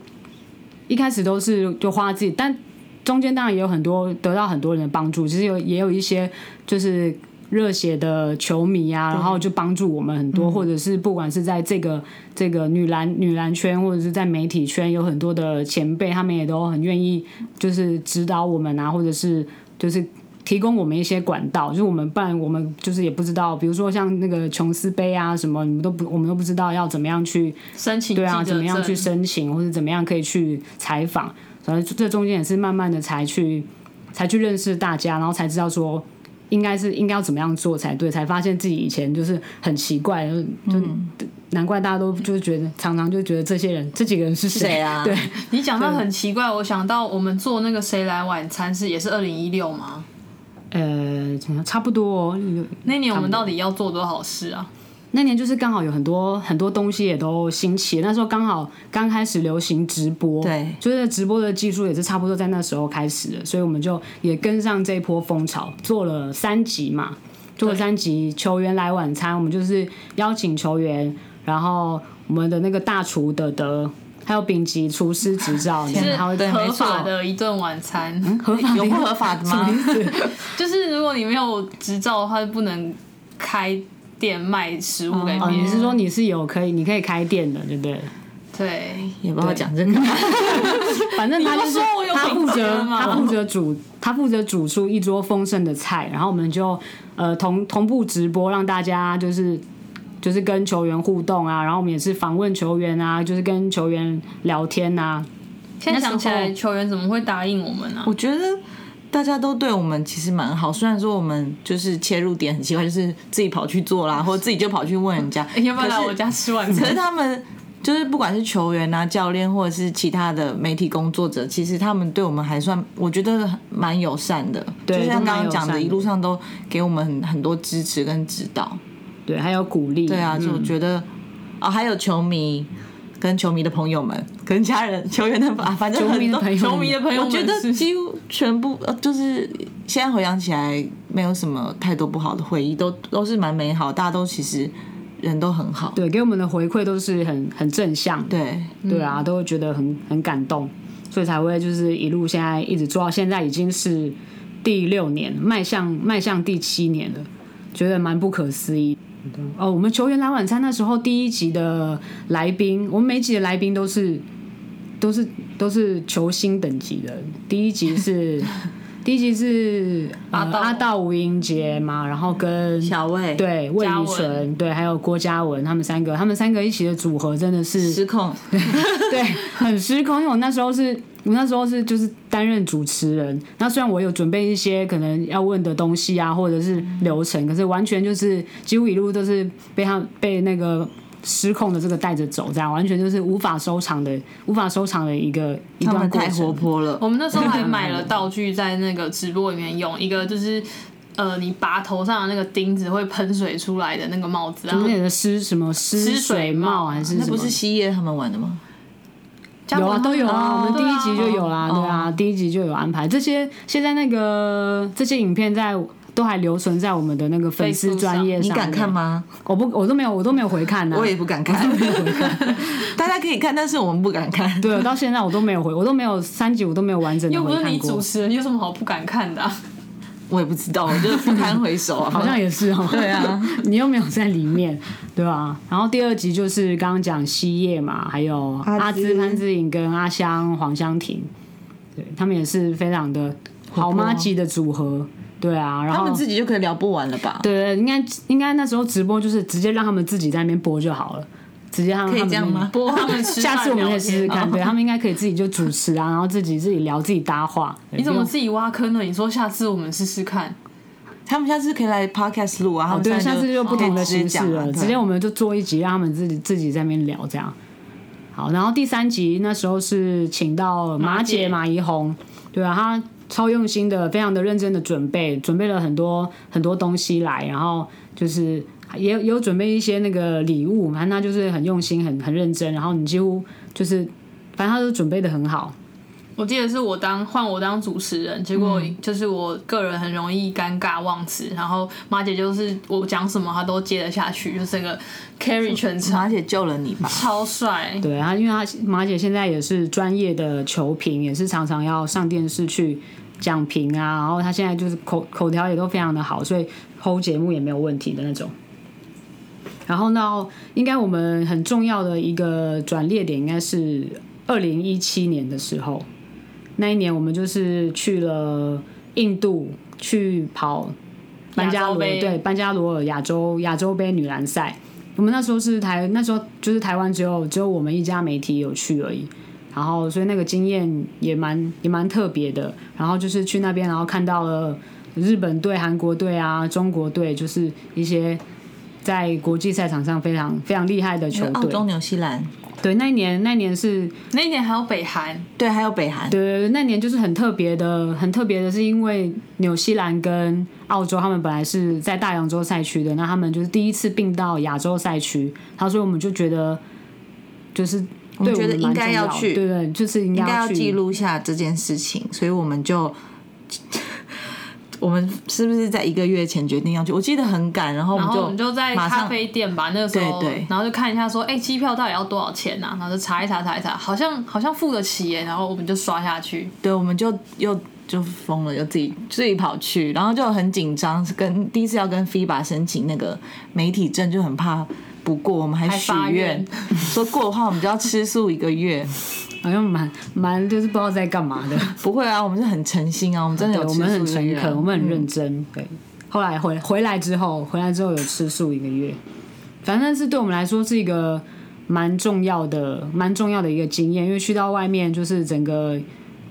A: 一开始都是就花自己，但中间当然也有很多得到很多人的帮助，其实有也有一些就是热血的球迷啊，然后就帮助我们很多，或者是不管是在这个这个女篮女篮圈，或者是在媒体圈，有很多的前辈，他们也都很愿意就是指导我们啊，或者是就是。提供我们一些管道，就是我们不然我们就是也不知道，比如说像那个琼斯杯啊什么，你们都不我们都不知道要怎么样去
B: 申请
A: 对啊，
B: 记
A: 怎
B: 者
A: 么样去
B: 证
A: 申请，或者怎么样可以去采访，所以这中间也是慢慢的才去才去认识大家，然后才知道说应该是应该要怎么样做才对，才发现自己以前就是很奇怪，就就、难怪大家都就是觉得常常就觉得这些人这几个人是 谁
C: 谁啊
A: 对，
B: 你讲到很奇怪，我想到我们做那个《谁来晚餐》是也是二零一六吗？
A: 呃，怎么样差不多、哦。
B: 那年我们到底要做多少事啊？
A: 那年就是刚好有很多很多东西也都兴起，那时候刚好刚开始流行直播，
C: 对
A: 就是直播的技术也是差不多在那时候开始的，所以我们就也跟上这一波风潮，做了三集嘛，做了三集球员来晚餐，我们就是邀请球员，然后我们的那个大厨的的，还有丙级厨师执照，
C: 天
A: 然
B: 是
A: 后他会
C: 对
B: 合
C: 没错
B: 法的一顿晚餐，
A: 合法
C: 有不合法的吗？
B: 就是如果你没有执照的话，就不能开店卖食物给
A: 哦，
B: 别
A: 你是
B: 人。
A: 说你是有可以，你可以开店的，对不对？
B: 对，
C: 也不好讲这个。
A: 反正他就
B: 你
A: 是
B: 不是说我有
A: 他负
B: 品格
A: 责，
B: 吗
A: 他负责煮，他负责煮出一桌丰盛的菜，然后我们就呃同同步直播，让大家就是就是跟球员互动啊，然后我们也是访问球员啊，就是跟球员聊天啊，
B: 现在想起
A: 那时
B: 来，
A: 候
B: 球员怎么会答应我们啊呢、
C: 我觉得大家都对我们其实蛮好，虽然说我们就是切入点很奇怪，就是自己跑去做啦，或者自己就跑去问人家，
B: 要不要来
C: 可是
B: 我家 吃晚
C: 可
B: 餐
C: 是？他们就是不管是球员啊、教练，或者是其他的媒体工作者，其实他们对我们还算，我觉得蛮友善的。
A: 对
C: 就像
A: 都蛮
C: 刚刚讲
A: 友善的
C: 的，一路上都给我们很很多支持跟指导。
A: 对，还有鼓励。
C: 对啊，就我
A: 嗯
C: 觉得啊、还有球迷。跟球迷的朋友们，跟家人、球员的啊，反正很多
A: 球迷的朋友们
C: 球迷的朋友
B: 我
C: 们
B: 觉
C: 我觉
B: 得
C: 得几乎全部呃，就是现在回想起来，没有什么太多不好的回忆，都都是蛮美好，大家都其实人都很好。
A: 对，给我们的回馈都是很很正向的，
C: 对，
A: 对
B: 嗯
A: 啊，都会觉得很很感动，所以才会就是一路现在一直做到现在，已经是第六年，迈向迈向第七年了，觉得蛮不可思议。
B: 嗯
A: 哦，我们球员来晚餐那时候第一集的来宾，我们每集的来宾都是都是都是球星等级的，第一集 是第一集是、呃、
B: 阿道
A: 阿道吴英杰嘛，然后跟
C: 小魏
A: 对魏
B: 嘉
A: 宇
B: 文
A: 纯对，还有郭嘉文他们三个，他们三个一起的组合真的是
C: 失控，
A: 对，很失控。因为我那时候是，我那时候是就是担任主持人。那虽然我有准备一些可能要问的东西啊，或者是流程，可是完全就是几乎一路都是被他被那个失控的这个带着走，这样完全就是无法收场的，无法收场的一个一
C: 他
A: 段
C: 们
A: 过
C: 太活
A: 程。
C: 泼了。
B: 我们那时候还买
A: 嗯
B: 了道具在那个直播里面用，一个就是呃，你拔头上的那个钉子会喷水出来的那个帽子，然啊
A: 有
B: 后
A: 点的湿什么湿
B: 湿水
A: 水
B: 帽
A: 帽
B: 啊
A: 还是
C: 那
A: 什
C: 不
A: 么？
C: 是西叶他们玩的吗？
B: 嘉
A: 有
B: 文
A: 啊，
B: 他
A: 都有啊，
C: 哦
A: 我们第一集就有啦，
C: 对啊
A: 对啊，第一集就有安排这些。现在那个这些影片在都还留存在我们的那个粉丝
B: Facebook
A: 专业
C: 你
A: 上。
C: 敢看？吗？
A: 我不，我都没有，我都没有回看呢、
C: 啊
A: 啊
C: 我也不敢看， 大家可以看，但是我们不敢看。
A: 对，我啊到现在我都没有回，我都没有三集，我都没有完整的
B: 又
A: 回
B: 不是
A: 看
B: 你主
A: 过。
B: 持人，有什么好不敢看 的、啊？
C: 我也不知道，我就是不堪回首 啊。
A: 好像也是哦，
C: 对啊，
A: 你又没有在里面，对吧、然后第二集就是刚刚讲西叶嘛，还有
C: 阿
A: 阿
C: 芝
A: 芝、潘之颖跟阿香、黄香婷，对他们也是非常的好妈级的组合，对啊，然
C: 他
A: 后
C: 们自己就可以聊不完了吧？
A: 对，应该应该那时候直播就是直接让他们自己在那边播就好了，直接让他
C: 可
A: 们
C: 以这样吗？？
B: 播他们吃饭
A: 下次我们可以试试
B: 聊天
A: 看，对他们应该可以自己就主持啊，然后自己自己聊自己搭话。
B: 你怎么
A: 对
B: 自己挖坑呢？你说下次我们试试看。
C: 他们下次可以来 podcast 录啊。他们
A: 哦对，
C: 现
A: 下
C: 在
A: 次就不同的
C: 可以
A: 形
C: 直接讲
A: 式
C: 啊
A: 了，
C: 对
A: 直接我们就做一集，让他们自己自己在那边聊这样。好，然后第三集那时候是请到马姐马怡红，对啊，她超用心的，非常的认真的准备，准备了很多很多东西来，然后就是也有也有准备一些那个礼物，反正她就是很用心，很很认真，然后你几乎就是反正她都准备的很好，
B: 我记得是我当换我当主持人，结果
A: 嗯
B: 就是我个人很容易尴尬忘词，然后马姐就是我讲什么她都接得下去，就是整个 carry 全场，
C: 而且救了你吧。
B: 超帅。
A: 对啊，因为她马姐现在也是专业的球评，也是常常要上电视去讲评啊，然后她现在就是口口条也都非常的好，所以剖节目也没有问题的那种。然后呢，应该我们很重要的一个转捩点，应该是二零一七年的时候，那一年我们就是去了印度去跑班加
B: 亚
A: 罗
B: 洲杯
A: 对班加罗尔亚洲亚洲杯女篮赛。我们那时候是台那时候就是台湾只有只有我们一家媒体有去而已，然后所以那个经验也蛮也蛮特别的。然后就是去那边，然后看到了日本队、韩国队啊、中国队，就是一些在国际赛场上非常非常厉害的球
C: 澳
B: 哦
A: 队
C: 洲、。纽西兰，
A: 对，那一年那一年是
B: 那一年还有北韩，
C: 对，还有北韩，
A: 对，那年就是很特别的，很特别的是因为纽西兰跟澳洲他们本来是在大洋洲赛区的，那他们就是第一次并到亚洲赛区，然后所以我们就觉得就是
C: 我们
A: 对
C: 觉得
A: 们蛮
C: 应该
A: 重
C: 要
A: 的
C: 去
A: 对对，就是应
C: 应
A: 该
C: 该要
A: 去
C: 记录下这件事情，所以我们就。 我们是不是在一个月前决定要去？我记得很赶，然后我
B: 然
C: 们
B: 后
C: 就
B: 我们就在
C: 马
B: 咖
C: 上
B: 啡店吧，那个时候，
C: 对对
B: 然后就看一下说，哎、机票到底要多少钱啊？然后就查一查，查一查，好像好像付得起耶，然后我们就刷下去。
C: 对，我们就又就疯了，又自己自己跑去，然后就很紧张，是跟第一次要跟 FIBA 申请那个媒体证，就很怕不过，我们还许
B: 还发
C: 愿
B: 愿
C: 说过的话，我们就要吃素一个月。
A: 好像蛮蛮就是不知道在干嘛的。
C: 不会啊，我们是很诚心啊，我们真的有
A: 对，我
C: 吃
A: 们很
C: 素一
A: 诚
C: 个月啊
A: 恳，我们很认真。对，后来回回来之后，回来之后有吃素一个月，反正是对我们来说是一个蛮重要的、蛮重要的一个经验，因为去到外面就是整个。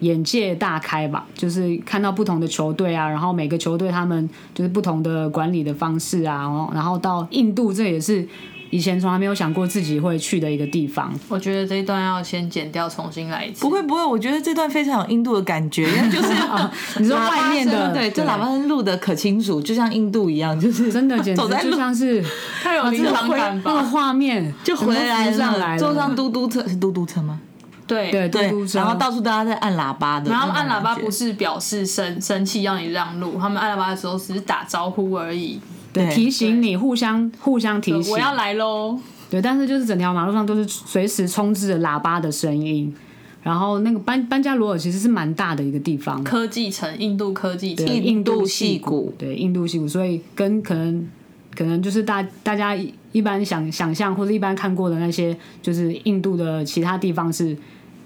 A: 眼界大开吧，就是看到不同的球队啊，然后每个球队他们就是不同的管理的方式啊，然后然后到印度，这也是以前从来没有想过自己会去的一个地方。
B: 我觉得这一段要先剪掉，重新来一次。
C: 不会不会，我觉得这段非常有印度的感觉，因为就是
A: 你说
C: 喇叭
A: 外面的
C: 声 对，这喇叭声录的可清楚，就像印度一样，就 是
A: 真的简直
C: 走在
A: 就
C: 路
A: 像 是
B: 太有临场感
A: 那个
B: 吧？
A: 画面
C: 就回来
A: 整个浮上来
C: 了，
A: 了
C: 坐上嘟嘟车，是嘟嘟车吗？
B: 对
A: 对
C: 对
A: 嘟嘟，车
C: 然后到处大家在按喇叭的那种感觉，
B: 然后按喇叭不是表示生生气让你让路，他们按喇叭的时候只是打招呼而已。
C: 对
A: 提醒你，互相互相提醒。
B: 我要来喽！
A: 对，但是就是整条马路上都是随时充斥着喇叭的声音。然后那个班班加罗尔其实是蛮大的一个地方，
B: 科技城，印度科技
A: 对
B: 城，
C: 印度
A: 戏
C: 戏骨
A: 对，印度戏骨，所以跟可能可能就是大大家一一般想想象或者一般看过的那些，就是印度的其他地方是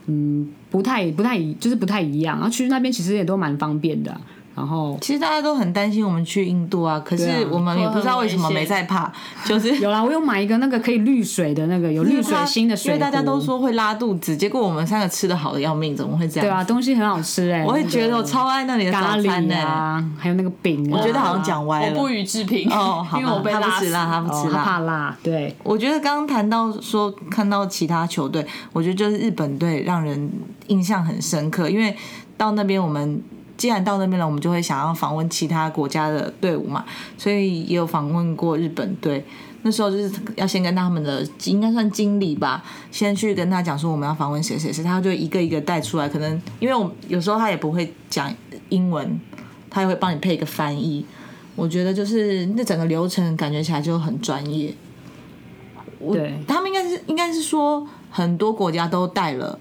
A: 嗯不太不太一就是不太一样。然后去那边其实也都蛮方便的啊、然后
C: 其实大家都很担心我们去印度啊，可
A: 对
C: 是
A: 啊
C: 我们也不知道为什么没 在怕，就是
A: 有啦，我有买一个那个可以滤水的那个有滤水芯的水
C: 因
A: 壶，
C: 为大家都说会拉肚子，结果我们三个吃的好的要命，怎么会这样？
A: 对啊，，东西很好吃哎、
C: 我会
A: 那个
C: 觉得我超爱那里的
A: 咖
C: 早餐
A: 喱
C: 呢、
A: 啊，还有那个饼、啊，
C: 我觉得好像讲歪
B: 我
C: 了。
B: 不予置评
C: 哦，好吧，
B: 因为我被
C: 他
B: 拉
C: 不吃
B: 死
C: 辣，他不
A: 哦
C: 吃
A: 他
C: 辣。
A: 怕辣，对，
C: 我觉得刚刚谈到说看到其他球队，我觉得就是日本队让人印象很深刻，因为到那边我们既然到那边了，我们就会想要访问其他国家的队伍嘛，所以也有访问过日本队。那时候就是要先跟他们的应该算经理吧，先去跟他讲说我们要访问谁谁谁，他就一个一个带出来。可能因为我们有时候他也不会讲英文，他也会帮你配一个翻译。我觉得就是那整个流程感觉起来就很专业。我
A: 对
C: 他们应该是应该是说很多国家都带了。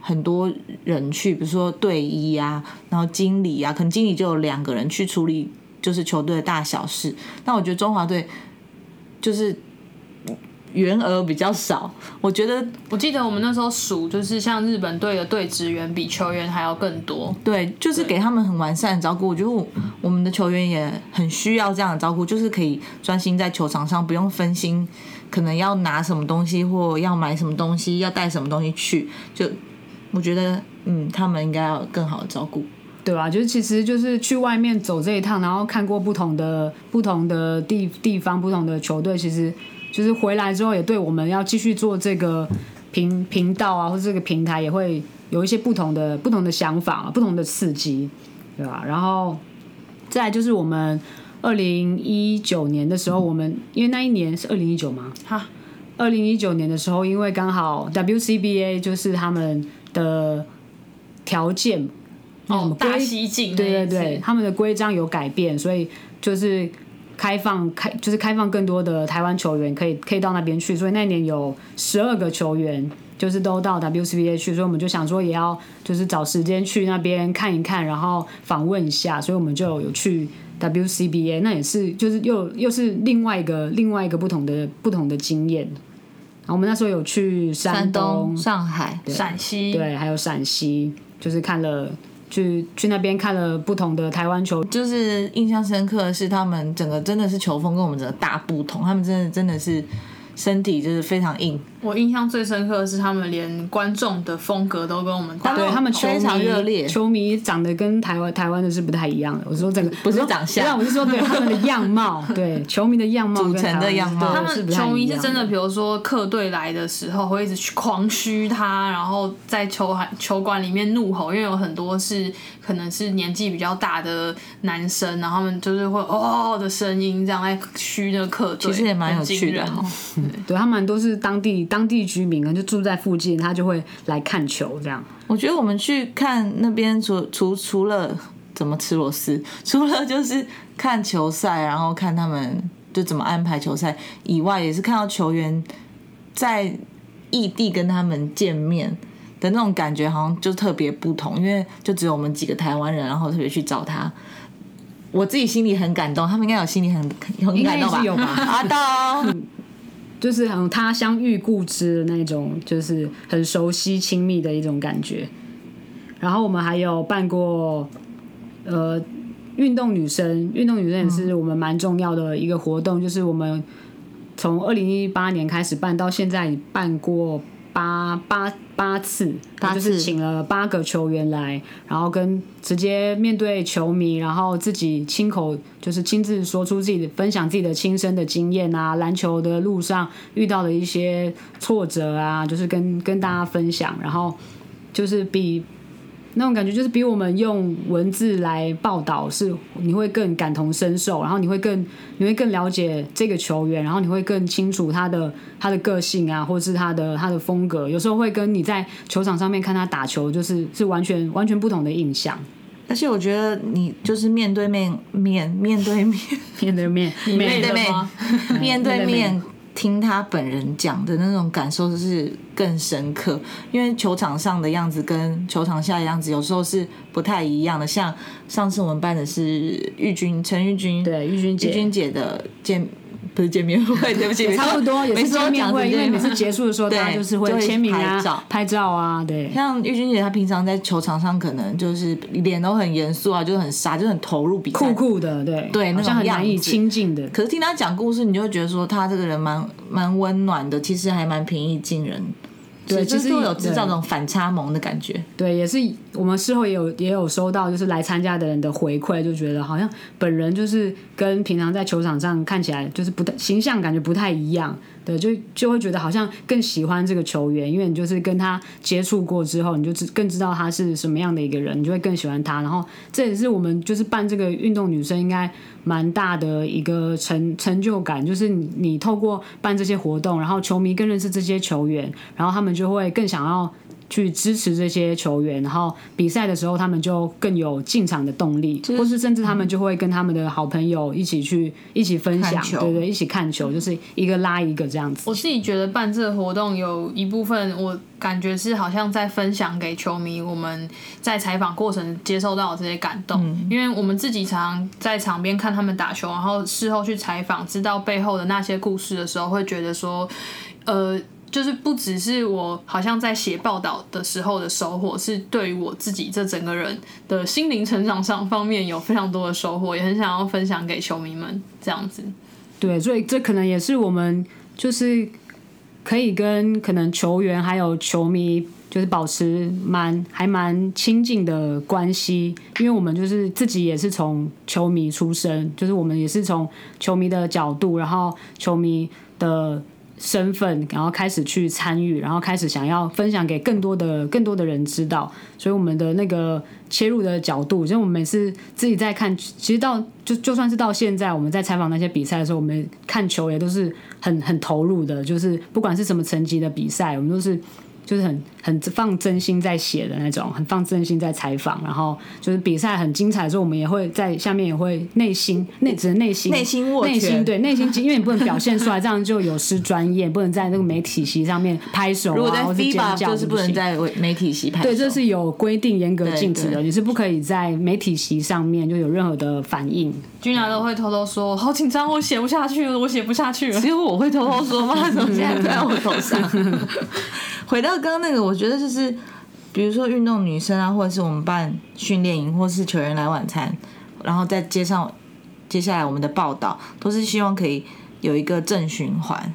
C: 很多人去，比如说队医啊，然后经理啊，可能经理就有两个人去处理就是球队的大小事。但我觉得中华队就是嗯员额比较少，我觉得
B: 我记得我们那时候数，就是像日本队的队职员比球员还要更多。
C: 对，就是给他们很完善的照顾。我觉得我
B: 嗯
C: 我们的球员也很需要这样的照顾，就是可以专心在球场上，不用分心，可能要拿什么东西或要买什么东西，要带什么东西去。就我觉得，嗯，他们应该要有更好的照顾。
A: 对吧、就是其实就是去外面走这一趟，然后看过不同的不同的地地方、不同的球队，其实就是回来之后也对我们要继续做这个频频道啊，或者这个平台也会有一些不同的不同的想法、啊不同的刺激，对吧、然后再来就是我们二零一九年的时候，我们因为那一年是二零一九吗？
B: 哈，
A: 二零一九年的时候，因为刚好 WCBA 就是他们的条件那什么
B: 哦，大
A: 规
B: 西进，
A: 对对对，，他们的规章有改变，所以就是开放开就是开放更多的台湾球员可以可以到那边去，所以那一年有十二个球员就是都到 WCBA 去，所以我们就想说也要就是找时间去那边看一看，然后访问一下，所以我们就有去 WCBA，那也是就是又又是另外一个另外一个不同的不同的经验。然后我们那时候有去山
C: 山
A: 东
C: 东、上海，
B: 陕西，
A: 对，还有陕西，就是看了去去那边看了不同的台湾球，
C: 就是印象深刻的是，他们整个真的是球风跟我们整个大不同，他们真的真的是身体就是非常硬，
B: 我印象最深刻的是，他们连观众的风格都跟我们大
A: 对他们球
C: 哦非常
A: 迷
C: 热烈
A: 球迷长得跟台湾台湾的是不太一样的。我说这个
C: 不是
A: 我说
C: 长相
A: 不是我是说对他们的样 貌，对球迷的样貌跟
C: 组成的
A: 台湾
C: 样貌
A: 对
B: 他
A: 是
B: 们
A: 不太
B: 球迷
A: 一
B: 是
A: 样
B: 真的，比如说客队来的时候，会一直去狂嘘他，然后在球馆球馆里面怒吼，因为有很多是可能是年纪比较大的男生，然后他们就是会哦哦的声音这样在嘘那个客队，
C: 其实也蛮有趣的
B: 很惊人哦
A: 对他们都是当地当地居民，可能就住在附近，他就会来看球这样。
C: 我觉得我们去看那边除除除了怎么吃螺丝， 除了就是看球赛，然后看他们就怎么安排球赛以外，也是看到球员在异地跟他们见面的那种感觉，好像就特别不同，因为就只有我们几个台湾人，然后特别去找他。我自己心里很感动，他们应该有心里很很感动
A: 应该也
C: 吧？
A: 是有吧 嗯
C: 阿东，
A: 就是很他乡遇故知的那种，就是很熟悉亲密的一种感觉。然后我们还有办过，呃，运动女生，运动女生也是
C: 嗯
A: 我们蛮重要的一个活动，就是我们从二零一八年开始办到现在办过八八八次，
C: 八
A: 就
C: 次
A: 是请了八个球员来，然后跟直接面对球迷，然后自己亲口就是亲自说出自己的分享自己的亲身的经验啊，篮球的路上遇到的一些挫折啊，就是跟跟大家分享，然后就是比那种感觉就是比我们用文字来报道是你会更感同身受，然后你会更你会更了解这个球员，然后你会更清楚他的他的个性啊，或是他的他的风格，有时候会跟你在球场上面看他打球就是是完全完全不同的印象。
C: 而且我觉得你就是面对面面面 对面。
A: 面 对面，
B: 累
C: 面对
B: 了
C: 面
B: 吗
C: 面对
A: 面对面
C: 面听他本人讲的那种感受是更深刻，因为球场上的样子跟球场下的样子有时候是不太一样的。像上次我们办的是玉军陈玉军，
A: 对玉君
C: 玉
A: 姐
C: 军。姐的见不是见面 会，对不起，
A: 差不多也
C: 没
A: 是
C: 说
A: 见面
C: 讲
A: 会，
C: 成
A: 因为
C: 见
A: 每
C: 面
A: 次结束的时候，
C: 对
A: 大家就是会
C: 就会
A: 签名啊、
C: 拍照
A: 拍照啊，对。
C: 像玉君姐，她平常在球场上可能就是脸都很严肃啊，就是很傻，就是很投入比赛，
A: 酷酷的，对，
C: 对
A: 好
C: 那种
A: 像很难以
C: 样子
A: 亲近的，
C: 可是听他讲故事，你就会觉得说他这个人蛮蛮温暖的，其实还蛮平易近人。
A: 对
C: 就
A: 其
C: 是
A: 实
C: 会有制造
A: 对
C: 那种反差萌的感觉。
A: 对，也是我们事后也有也有收到，就是来参加的人的回馈，就觉得好像本人就是跟平常在球场上看起来就是不太形象，感觉不太一样。对，就就会觉得好像更喜欢这个球员，因为你就是跟他接触过之后，你就知更知道他是什么样的一个人，你就会更喜欢他。然后这也是我们就是办这个运动女生应该蛮大的一个成成就感，就是你你透过办这些活动，然后球迷更认识这些球员，然后他们就会更想要去支持这些球员，然后比赛的时候他们就更有进场的动力，或是甚至他们就会跟他们的好朋友一起去一起分享
C: 看，球
A: 对对，一起看球，就是一个拉一个这样子。
B: 我自己觉得办这个活动有一部分，我感觉是好像在分享给球迷我们在采访过程接受到的这些感动，因为我们自己常在场边看他们打球，然后事后去采访，知道背后的那些故事的时候，会觉得说，呃。就是不只是我好像在写报道的时候的收获，是对于我自己这整个人的心灵成长上方面有非常多的收获，也很想要分享给球迷们这样子。
A: 对，所以这可能也是我们就是可以跟可能球员还有球迷就是保持蛮还蛮亲近的关系，因为我们就是自己也是从球迷出身，就是我们也是从球迷的角度，然后球迷的。身份，然后开始去参与，然后开始想要分享给更多的更多的人知道，所以我们的那个切入的角度，就是我们每次自己在看，其实到就就算是到现在，我们在采访那些比赛的时候，我们看球也都是很很投入的，就是不管是什么层级的比赛，我们都是就是很很放真心在写的那种，很放真心在采访，然后就是比赛很精彩的时候，我们也会在下面也会内心内只能内心
C: 内心握拳
A: 内心对内心，因为你不能表现出来，这样就有失专业，不能在那个媒体席上面拍手、啊，
C: 如果在
A: 或是尖
C: FIBA
A: 叫
C: 就是不
A: 行
C: 能在媒体席拍手，
A: 对，这是有规定、严格
C: 对
A: 禁止的，
C: 对
A: 你是不可以在媒体席上面就有任何的反应。
B: 君雅都会偷偷说：“好紧张，我写不下去了，我写不下去了。
C: 只有我会偷 偷说吗？怎么现在推到我头上？回到刚刚那个，我觉得就是比如说运动女生啊，或者是我们办训练营，或是球员来晚餐，然后再接上接下来我们的报道，都是希望可以有一个正循环，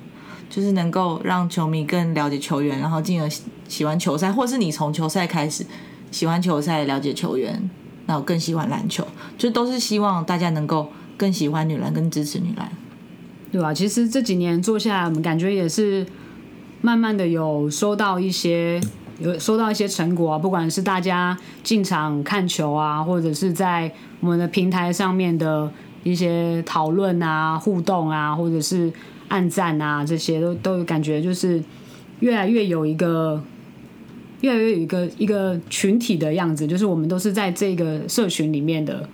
C: 就是能够让球迷更了解球员，然后进而喜喜欢球赛，或是你从球赛开始喜欢球赛，了解球员，然后更喜欢篮球，就都是希望大家能够更喜欢女篮，更支持女篮。
A: 对吧、其实这几年做下来，我们感觉也是慢慢的有收到一些有收到一些成果啊，不管是大家进场看球啊，或者是在我们的平台上面的一些讨论啊、互动啊，或者是暗赞啊，这些都都有感觉就是越来越有一个。越来越有一个一个群体的样子，就是我们都是在这个社群里面的，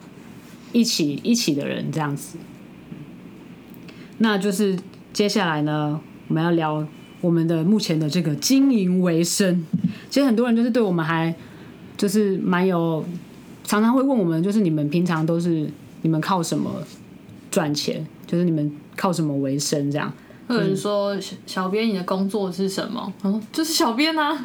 A: 一起一起的人这样子。那就是接下来呢，我们要聊我们的目前的这个经营为生。其实很多人就是对我们还就是蛮有，常常会问我们，就是你们平常都是你们靠什么赚钱？就是你们靠什么为生？这样
B: 或者说小小编你的工作是什么？他说就是小编啊，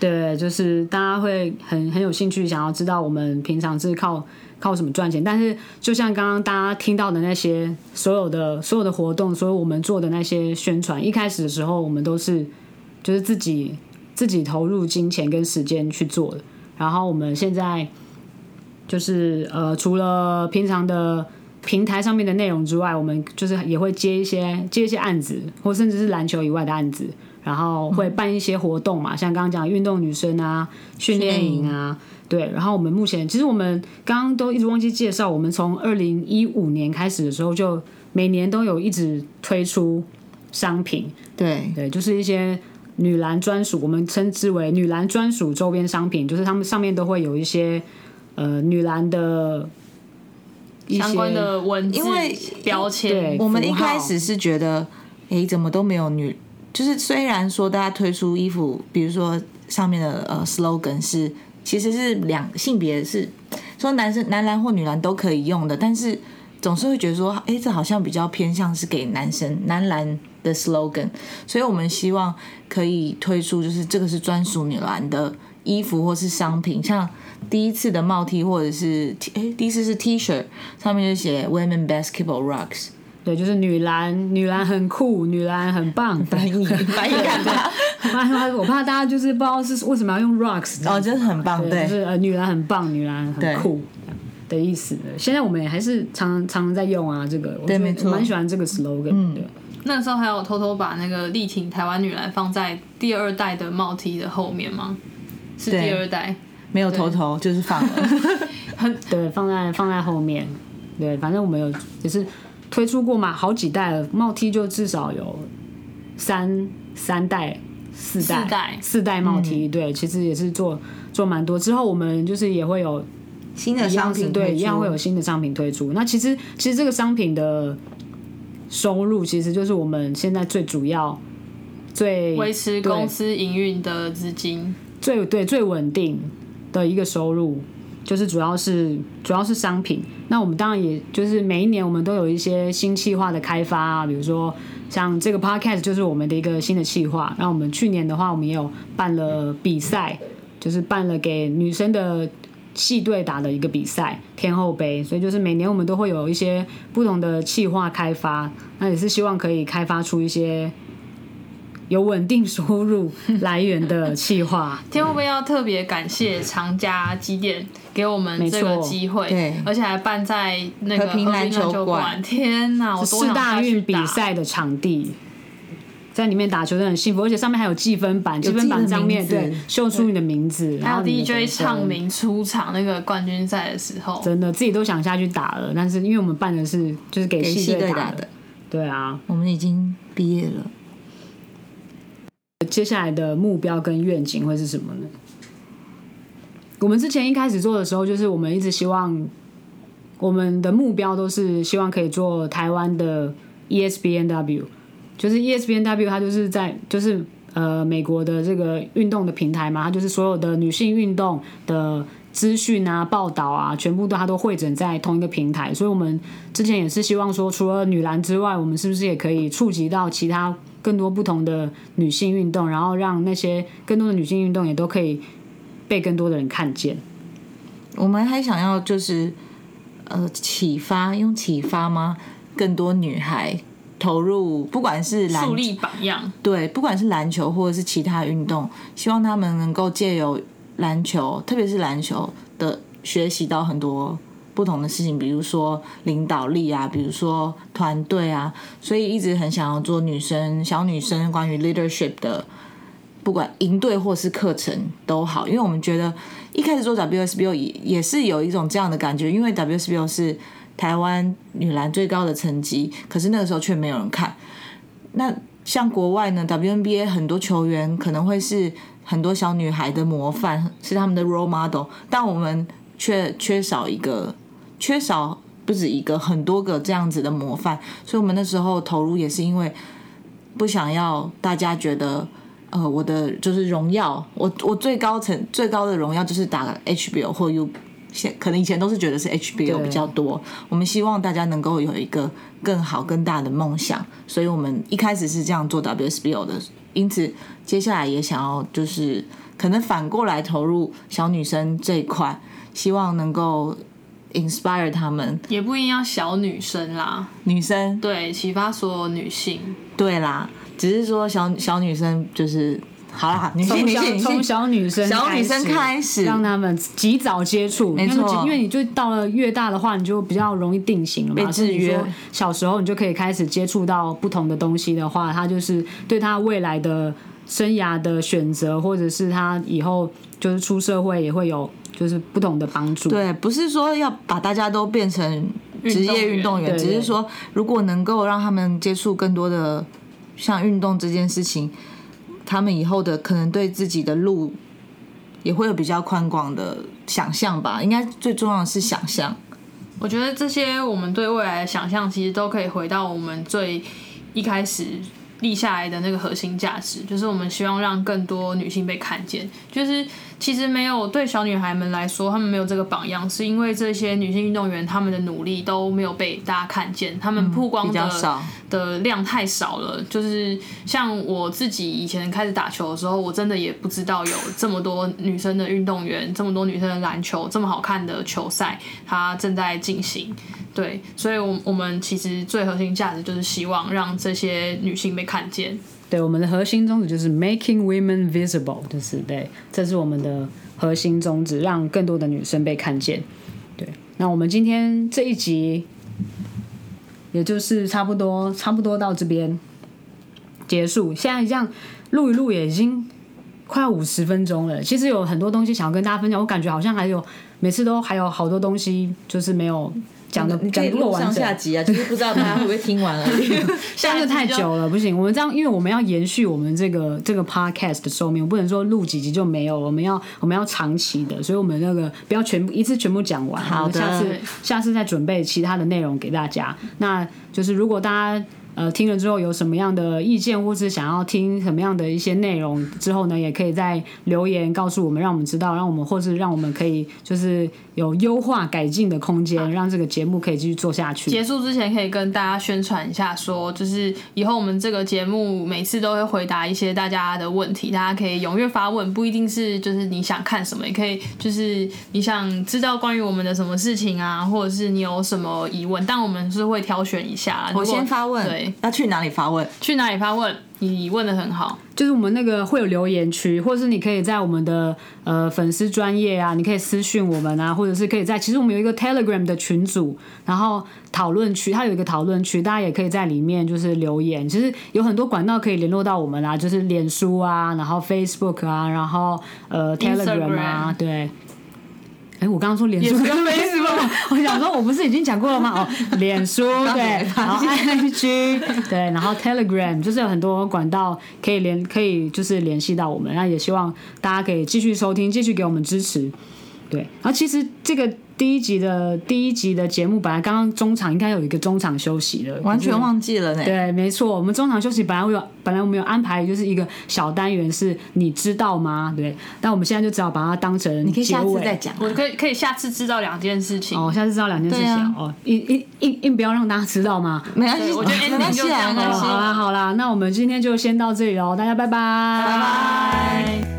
A: 对，就是大家会很很有兴趣，想要知道我们平常是靠靠什么赚钱。但是就像刚刚大家听到的那些所有的所有的活动，所有我们做的那些宣传，一开始的时候我们都是就是自己自己投入金钱跟时间去做的。然后我们现在就是呃，除了平常的平台上面的内容之外，我们就是也会接一些接一些案子，或甚至是篮球以外的案子，然后会办一些活动嘛，像刚刚讲的运动女生啊、训练营啊，对。然后我们目前其实我们刚刚都一直忘记介绍，我们从二零一五年开始的时候，就每年都有一直推出商品，
C: 对，
A: 对，就是一些女篮专属，我们称之为女篮专属周边商品，就是他们上面都会有一些呃女篮的一些
B: 相关的文字
C: 因为
B: 标签
A: 对，
C: 我们一
A: 符号
C: 开始是觉得，诶，怎么都没有女，就是虽然说大家推出衣服，比如说上面的呃 slogan 是，其实是两性别是说男生男篮或女篮都可以用的，但是总是会觉得说，诶，这好像比较偏向是给男生男篮的 slogan，所以我们希望可以推出就是这个是专属女篮的衣服或是商品，像。第一次的帽 T 或者是 T，哎，第一次是 T 恤，上面就写 Women Basketball Rocks，
A: 对，就是女篮，女篮很酷，女篮很棒。
C: 翻译翻译感吧，
A: 怕我怕大家就是不知道是为什么要用 rocks 这样
C: 哦，
A: 子
C: 真的很棒，
A: 对，就
C: 对
A: 是呃，女篮很棒，女篮很
C: 对
A: 酷的意思。现在我们也还是常常常在用啊，这个我
C: 对
A: 觉得
C: 没错
A: 蛮喜欢这个 slogan 对。
B: 那时候还有偷偷把那个力挺台湾女篮放在第二代的帽 T 的后面吗？是
C: 对
B: 第二代，
C: 没有头头就是放了，
A: 对，放在放在后面。对，反正我们有也是推出过嘛，好几代了，帽 T 就至少有三三代、四代、
B: 四代嗯
A: 四代帽 T、对，其实也是做做蛮多。之后我们就是也会有
C: 新的
A: 一样
C: 商
A: 是
C: 品
A: 对，
C: 推
A: 一样
C: 出
A: 会有新的商品推出。那其实其实这个商品的收入，其实就是我们现在最主要、最
B: 维持
A: 对
B: 公司营运的资金。
A: 最对最稳定的一个收入，就是主要是主要是商品。那我们当然也就是每一年我们都有一些新企划的开发啊，比如说像这个 podcast 就是我们的一个新的企划。那我们去年的话，我们也有办了比赛，就是办了给女生的。系队打的一个比赛，天后杯，所以就是每年我们都会有一些不同的企划开发，那也是希望可以开发出一些有稳定收入来源的企划。
B: 天后杯要特别感谢长家机店给我们
A: 没
B: 这个
A: 错
B: 机会，
C: 对
B: 而且还办在那个
C: 和平篮球
B: 球
C: 馆
B: 天哪，我多
A: 四
B: 想
A: 大
B: 下去
A: 运比
B: 打。
A: 赛的场地，在里面打球真的很幸福，而且上面还有积分板，积
C: 自己的
A: 分板上面
C: 名字
A: 对秀出你的名字，
B: 还
A: 然
B: 有
A: 后你的
B: DJ
A: 得分
B: 唱，名出场那个冠军赛的时候，
A: 真的自己都想下去打了，但是因为我们办的是就是给
C: 给
A: 系
C: 系队
A: 打
C: 打的，，
A: 对啊。
C: 我们已经毕业了，
A: 接下来的目标跟愿景会是什么呢？我们之前一开始做的时候，就是我们一直希望我们的目标都是希望可以做台湾的 E ESPNW，就是 E ESPNW 它就是在就是呃美国的这个运动的平台嘛，它就是所有的女性运动的资讯啊、报道啊，全部都它都汇整在同一个平台。所以我们之前也是希望说，除了女篮之外，我们是不是也可以触及到其他更多不同的女性运动，然后让那些更多的女性运动也都可以被更多的人看见。
C: 我们还想要就是呃启发，用启发吗？更多女孩投入，不管是篮
B: 树立榜样。
C: 对，不管是篮球或者是其他运动，希望他们能够借由篮球，特别是篮球的学习到很多不同的事情，比如说领导力啊，比如说团队啊，所以一直很想要做女生小女生关于 leadership 的，不管营队或是课程都好，因为我们觉得一开始做 WSBO 也也是有一种这样的感觉，因为 WSBO 是台湾女篮最高的成绩，可是那个时候却没有人看，那。像国外呢，WNBA 很多球员可能会是很多小女孩的模范，是他们的 role model，但我们却缺少一个，缺少不止一个，很多个这样子的模范。所以我们那时候投入也是因为不想要大家觉得，呃，我的就是荣耀，我我最高层最高的荣耀就是打 HBO 或 U，现可能以前都是觉得是 HBO
A: 对
C: 比较多。我们希望大家能够有一个更好、更大的梦想，所以我们一开始是这样做 WSBO 的。因此，接下来也想要就是可能反过来投入小女生这一块，希望能够 inspire 她们
B: 也不一定要小女生啦，
C: 女生。
B: 对，启发所有女性。
C: 对啦，只是说小小女生就是好啦，女性
A: 从
C: 女
A: 小
C: 性女
A: 从
C: 性
A: 小女生
C: 小女
A: 开
C: 生
A: 始
C: 开始，
A: 让他们及早接触，
C: 没错
A: 因为因为你就到了越大的话，你就比较容易定型了嘛。
C: 被制约
A: 所以你说小时候你就可以开始接触到不同的东西的话，他就是对他未来的生涯的选择，或者是他以后就是出社会也会有就是不同的帮助。
C: 对，不是说要把大家都变成职业运动员，
A: 运动员对
C: 只是
A: 对
C: 说如果能够让他们接触更多的像运动这件事情，他们以后的可能对自己的路也会有比较宽广的想象吧。应该最重要的是想象，
B: 我觉得这些我们对未来的想象，其实都可以回到我们最一开始立下来的那个核心价值，就是我们希望让更多女性被看见。就是其实没有对小女孩们来说，她们没有这个榜样，是因为这些女性运动员她们的努力都没有被大家看见，她们曝光
A: 嗯
C: 比较
B: 的、
C: 少。
B: 的量太少了，就是像我自己以前开始打球的时候，我真的也不知道有这么多女生的运动员，这么多女生的篮球，这么好看的球赛，它正在进行。对，所以我，我们其实最核心价值就是希望让这些女性被看见。
A: 对，我们的核心宗旨就是 making women visible，就是对，这是我们的核心宗旨，让更多的女生被看见。对，那我们今天这一集，也就是差不多差不多到这边结束。现在这样录一录也已经快五十分钟了，其实有很多东西想要跟大家分享，我感觉好像还有每次都还有好多东西就是没有讲的
C: 嗯你可
A: 讲
C: 以
A: 不够
C: 录
A: 完
C: 上
A: 整
C: 下。集啊，就是不知道大家会不会听完而已。
A: 这
B: 下
A: 样
B: 一
A: 就
B: 集
A: 太久了，不行。我们这样，因为我们要延续我们这个这个 podcast 的寿命，我不能说录几集就没有，我们要我们要长期的，所以我们那个不要全部一次全部讲完。
C: 好的
A: 我们下次下次再准备其他的内容给大家。那就是如果大家。呃，听了之后有什么样的意见，或是想要听什么样的一些内容，之后呢，也可以在留言告诉我们，让我们知道，让我们或是让我们可以就是有优化改进的空间，让这个节目可以继续做下去。
B: 结束之前可以跟大家宣传一下说就是以后我们这个节目每次都会回答一些大家的问题，大家可以踊跃发问，不一定是就是你想看什么，也可以就是你想知道关于我们的什么事情啊，或者是你有什么疑问，但我们是会挑选一下。
C: 我
B: 如果
C: 先发问
B: 对，，
C: 要去哪里发问？
B: 去哪里发问？你问的很好，
A: 就是我们那个会有留言区，或者是你可以在我们的呃粉丝专业啊，你可以私讯我们啊，或者是可以在其实我们有一个 Telegram 的群组，然后讨论区它有一个讨论区，大家也可以在里面就是留言，其实有很多管道可以联络到我们啊，就是脸书啊，然后 Facebook 啊，然后呃 Telegram 啊，对。哎，我刚刚说脸书
B: 也是
A: 跟
B: Facebook
A: Facebook，我想说我不是已经讲过 了吗？哦，脸书对，然后 IG 对，然后 Telegram 就是有很多管道可以联，可以就是联系到我们。那也希望大家可以继续收听，继续给我们支持。对，然后其实这个第一集的第一集的节目，本来刚刚中场应该有一个中场休息的，
C: 完全忘记了呢。
A: 对，没错，我们中场休息本来我有，本来我们有安排就是一个小单元是你知道吗？对，但我们现在就只好把它当成
C: 你可以下
A: 结
C: 次
A: 尾
C: 再讲啊。
B: 我可以可以下次知道两件事情。
A: 哦，下次知道两件事情、
C: 对啊
A: 哦，硬硬硬硬不要让大家知道嘛。
C: 没关系，
B: 对我觉得
C: 没关
B: ending 就
C: 系
B: 这
C: 啊，
B: 样
C: 没关
B: 了
A: 哦
C: 系。
A: 好啦好啦，那我们今天就先到这里喽，大家拜拜，拜
B: 拜。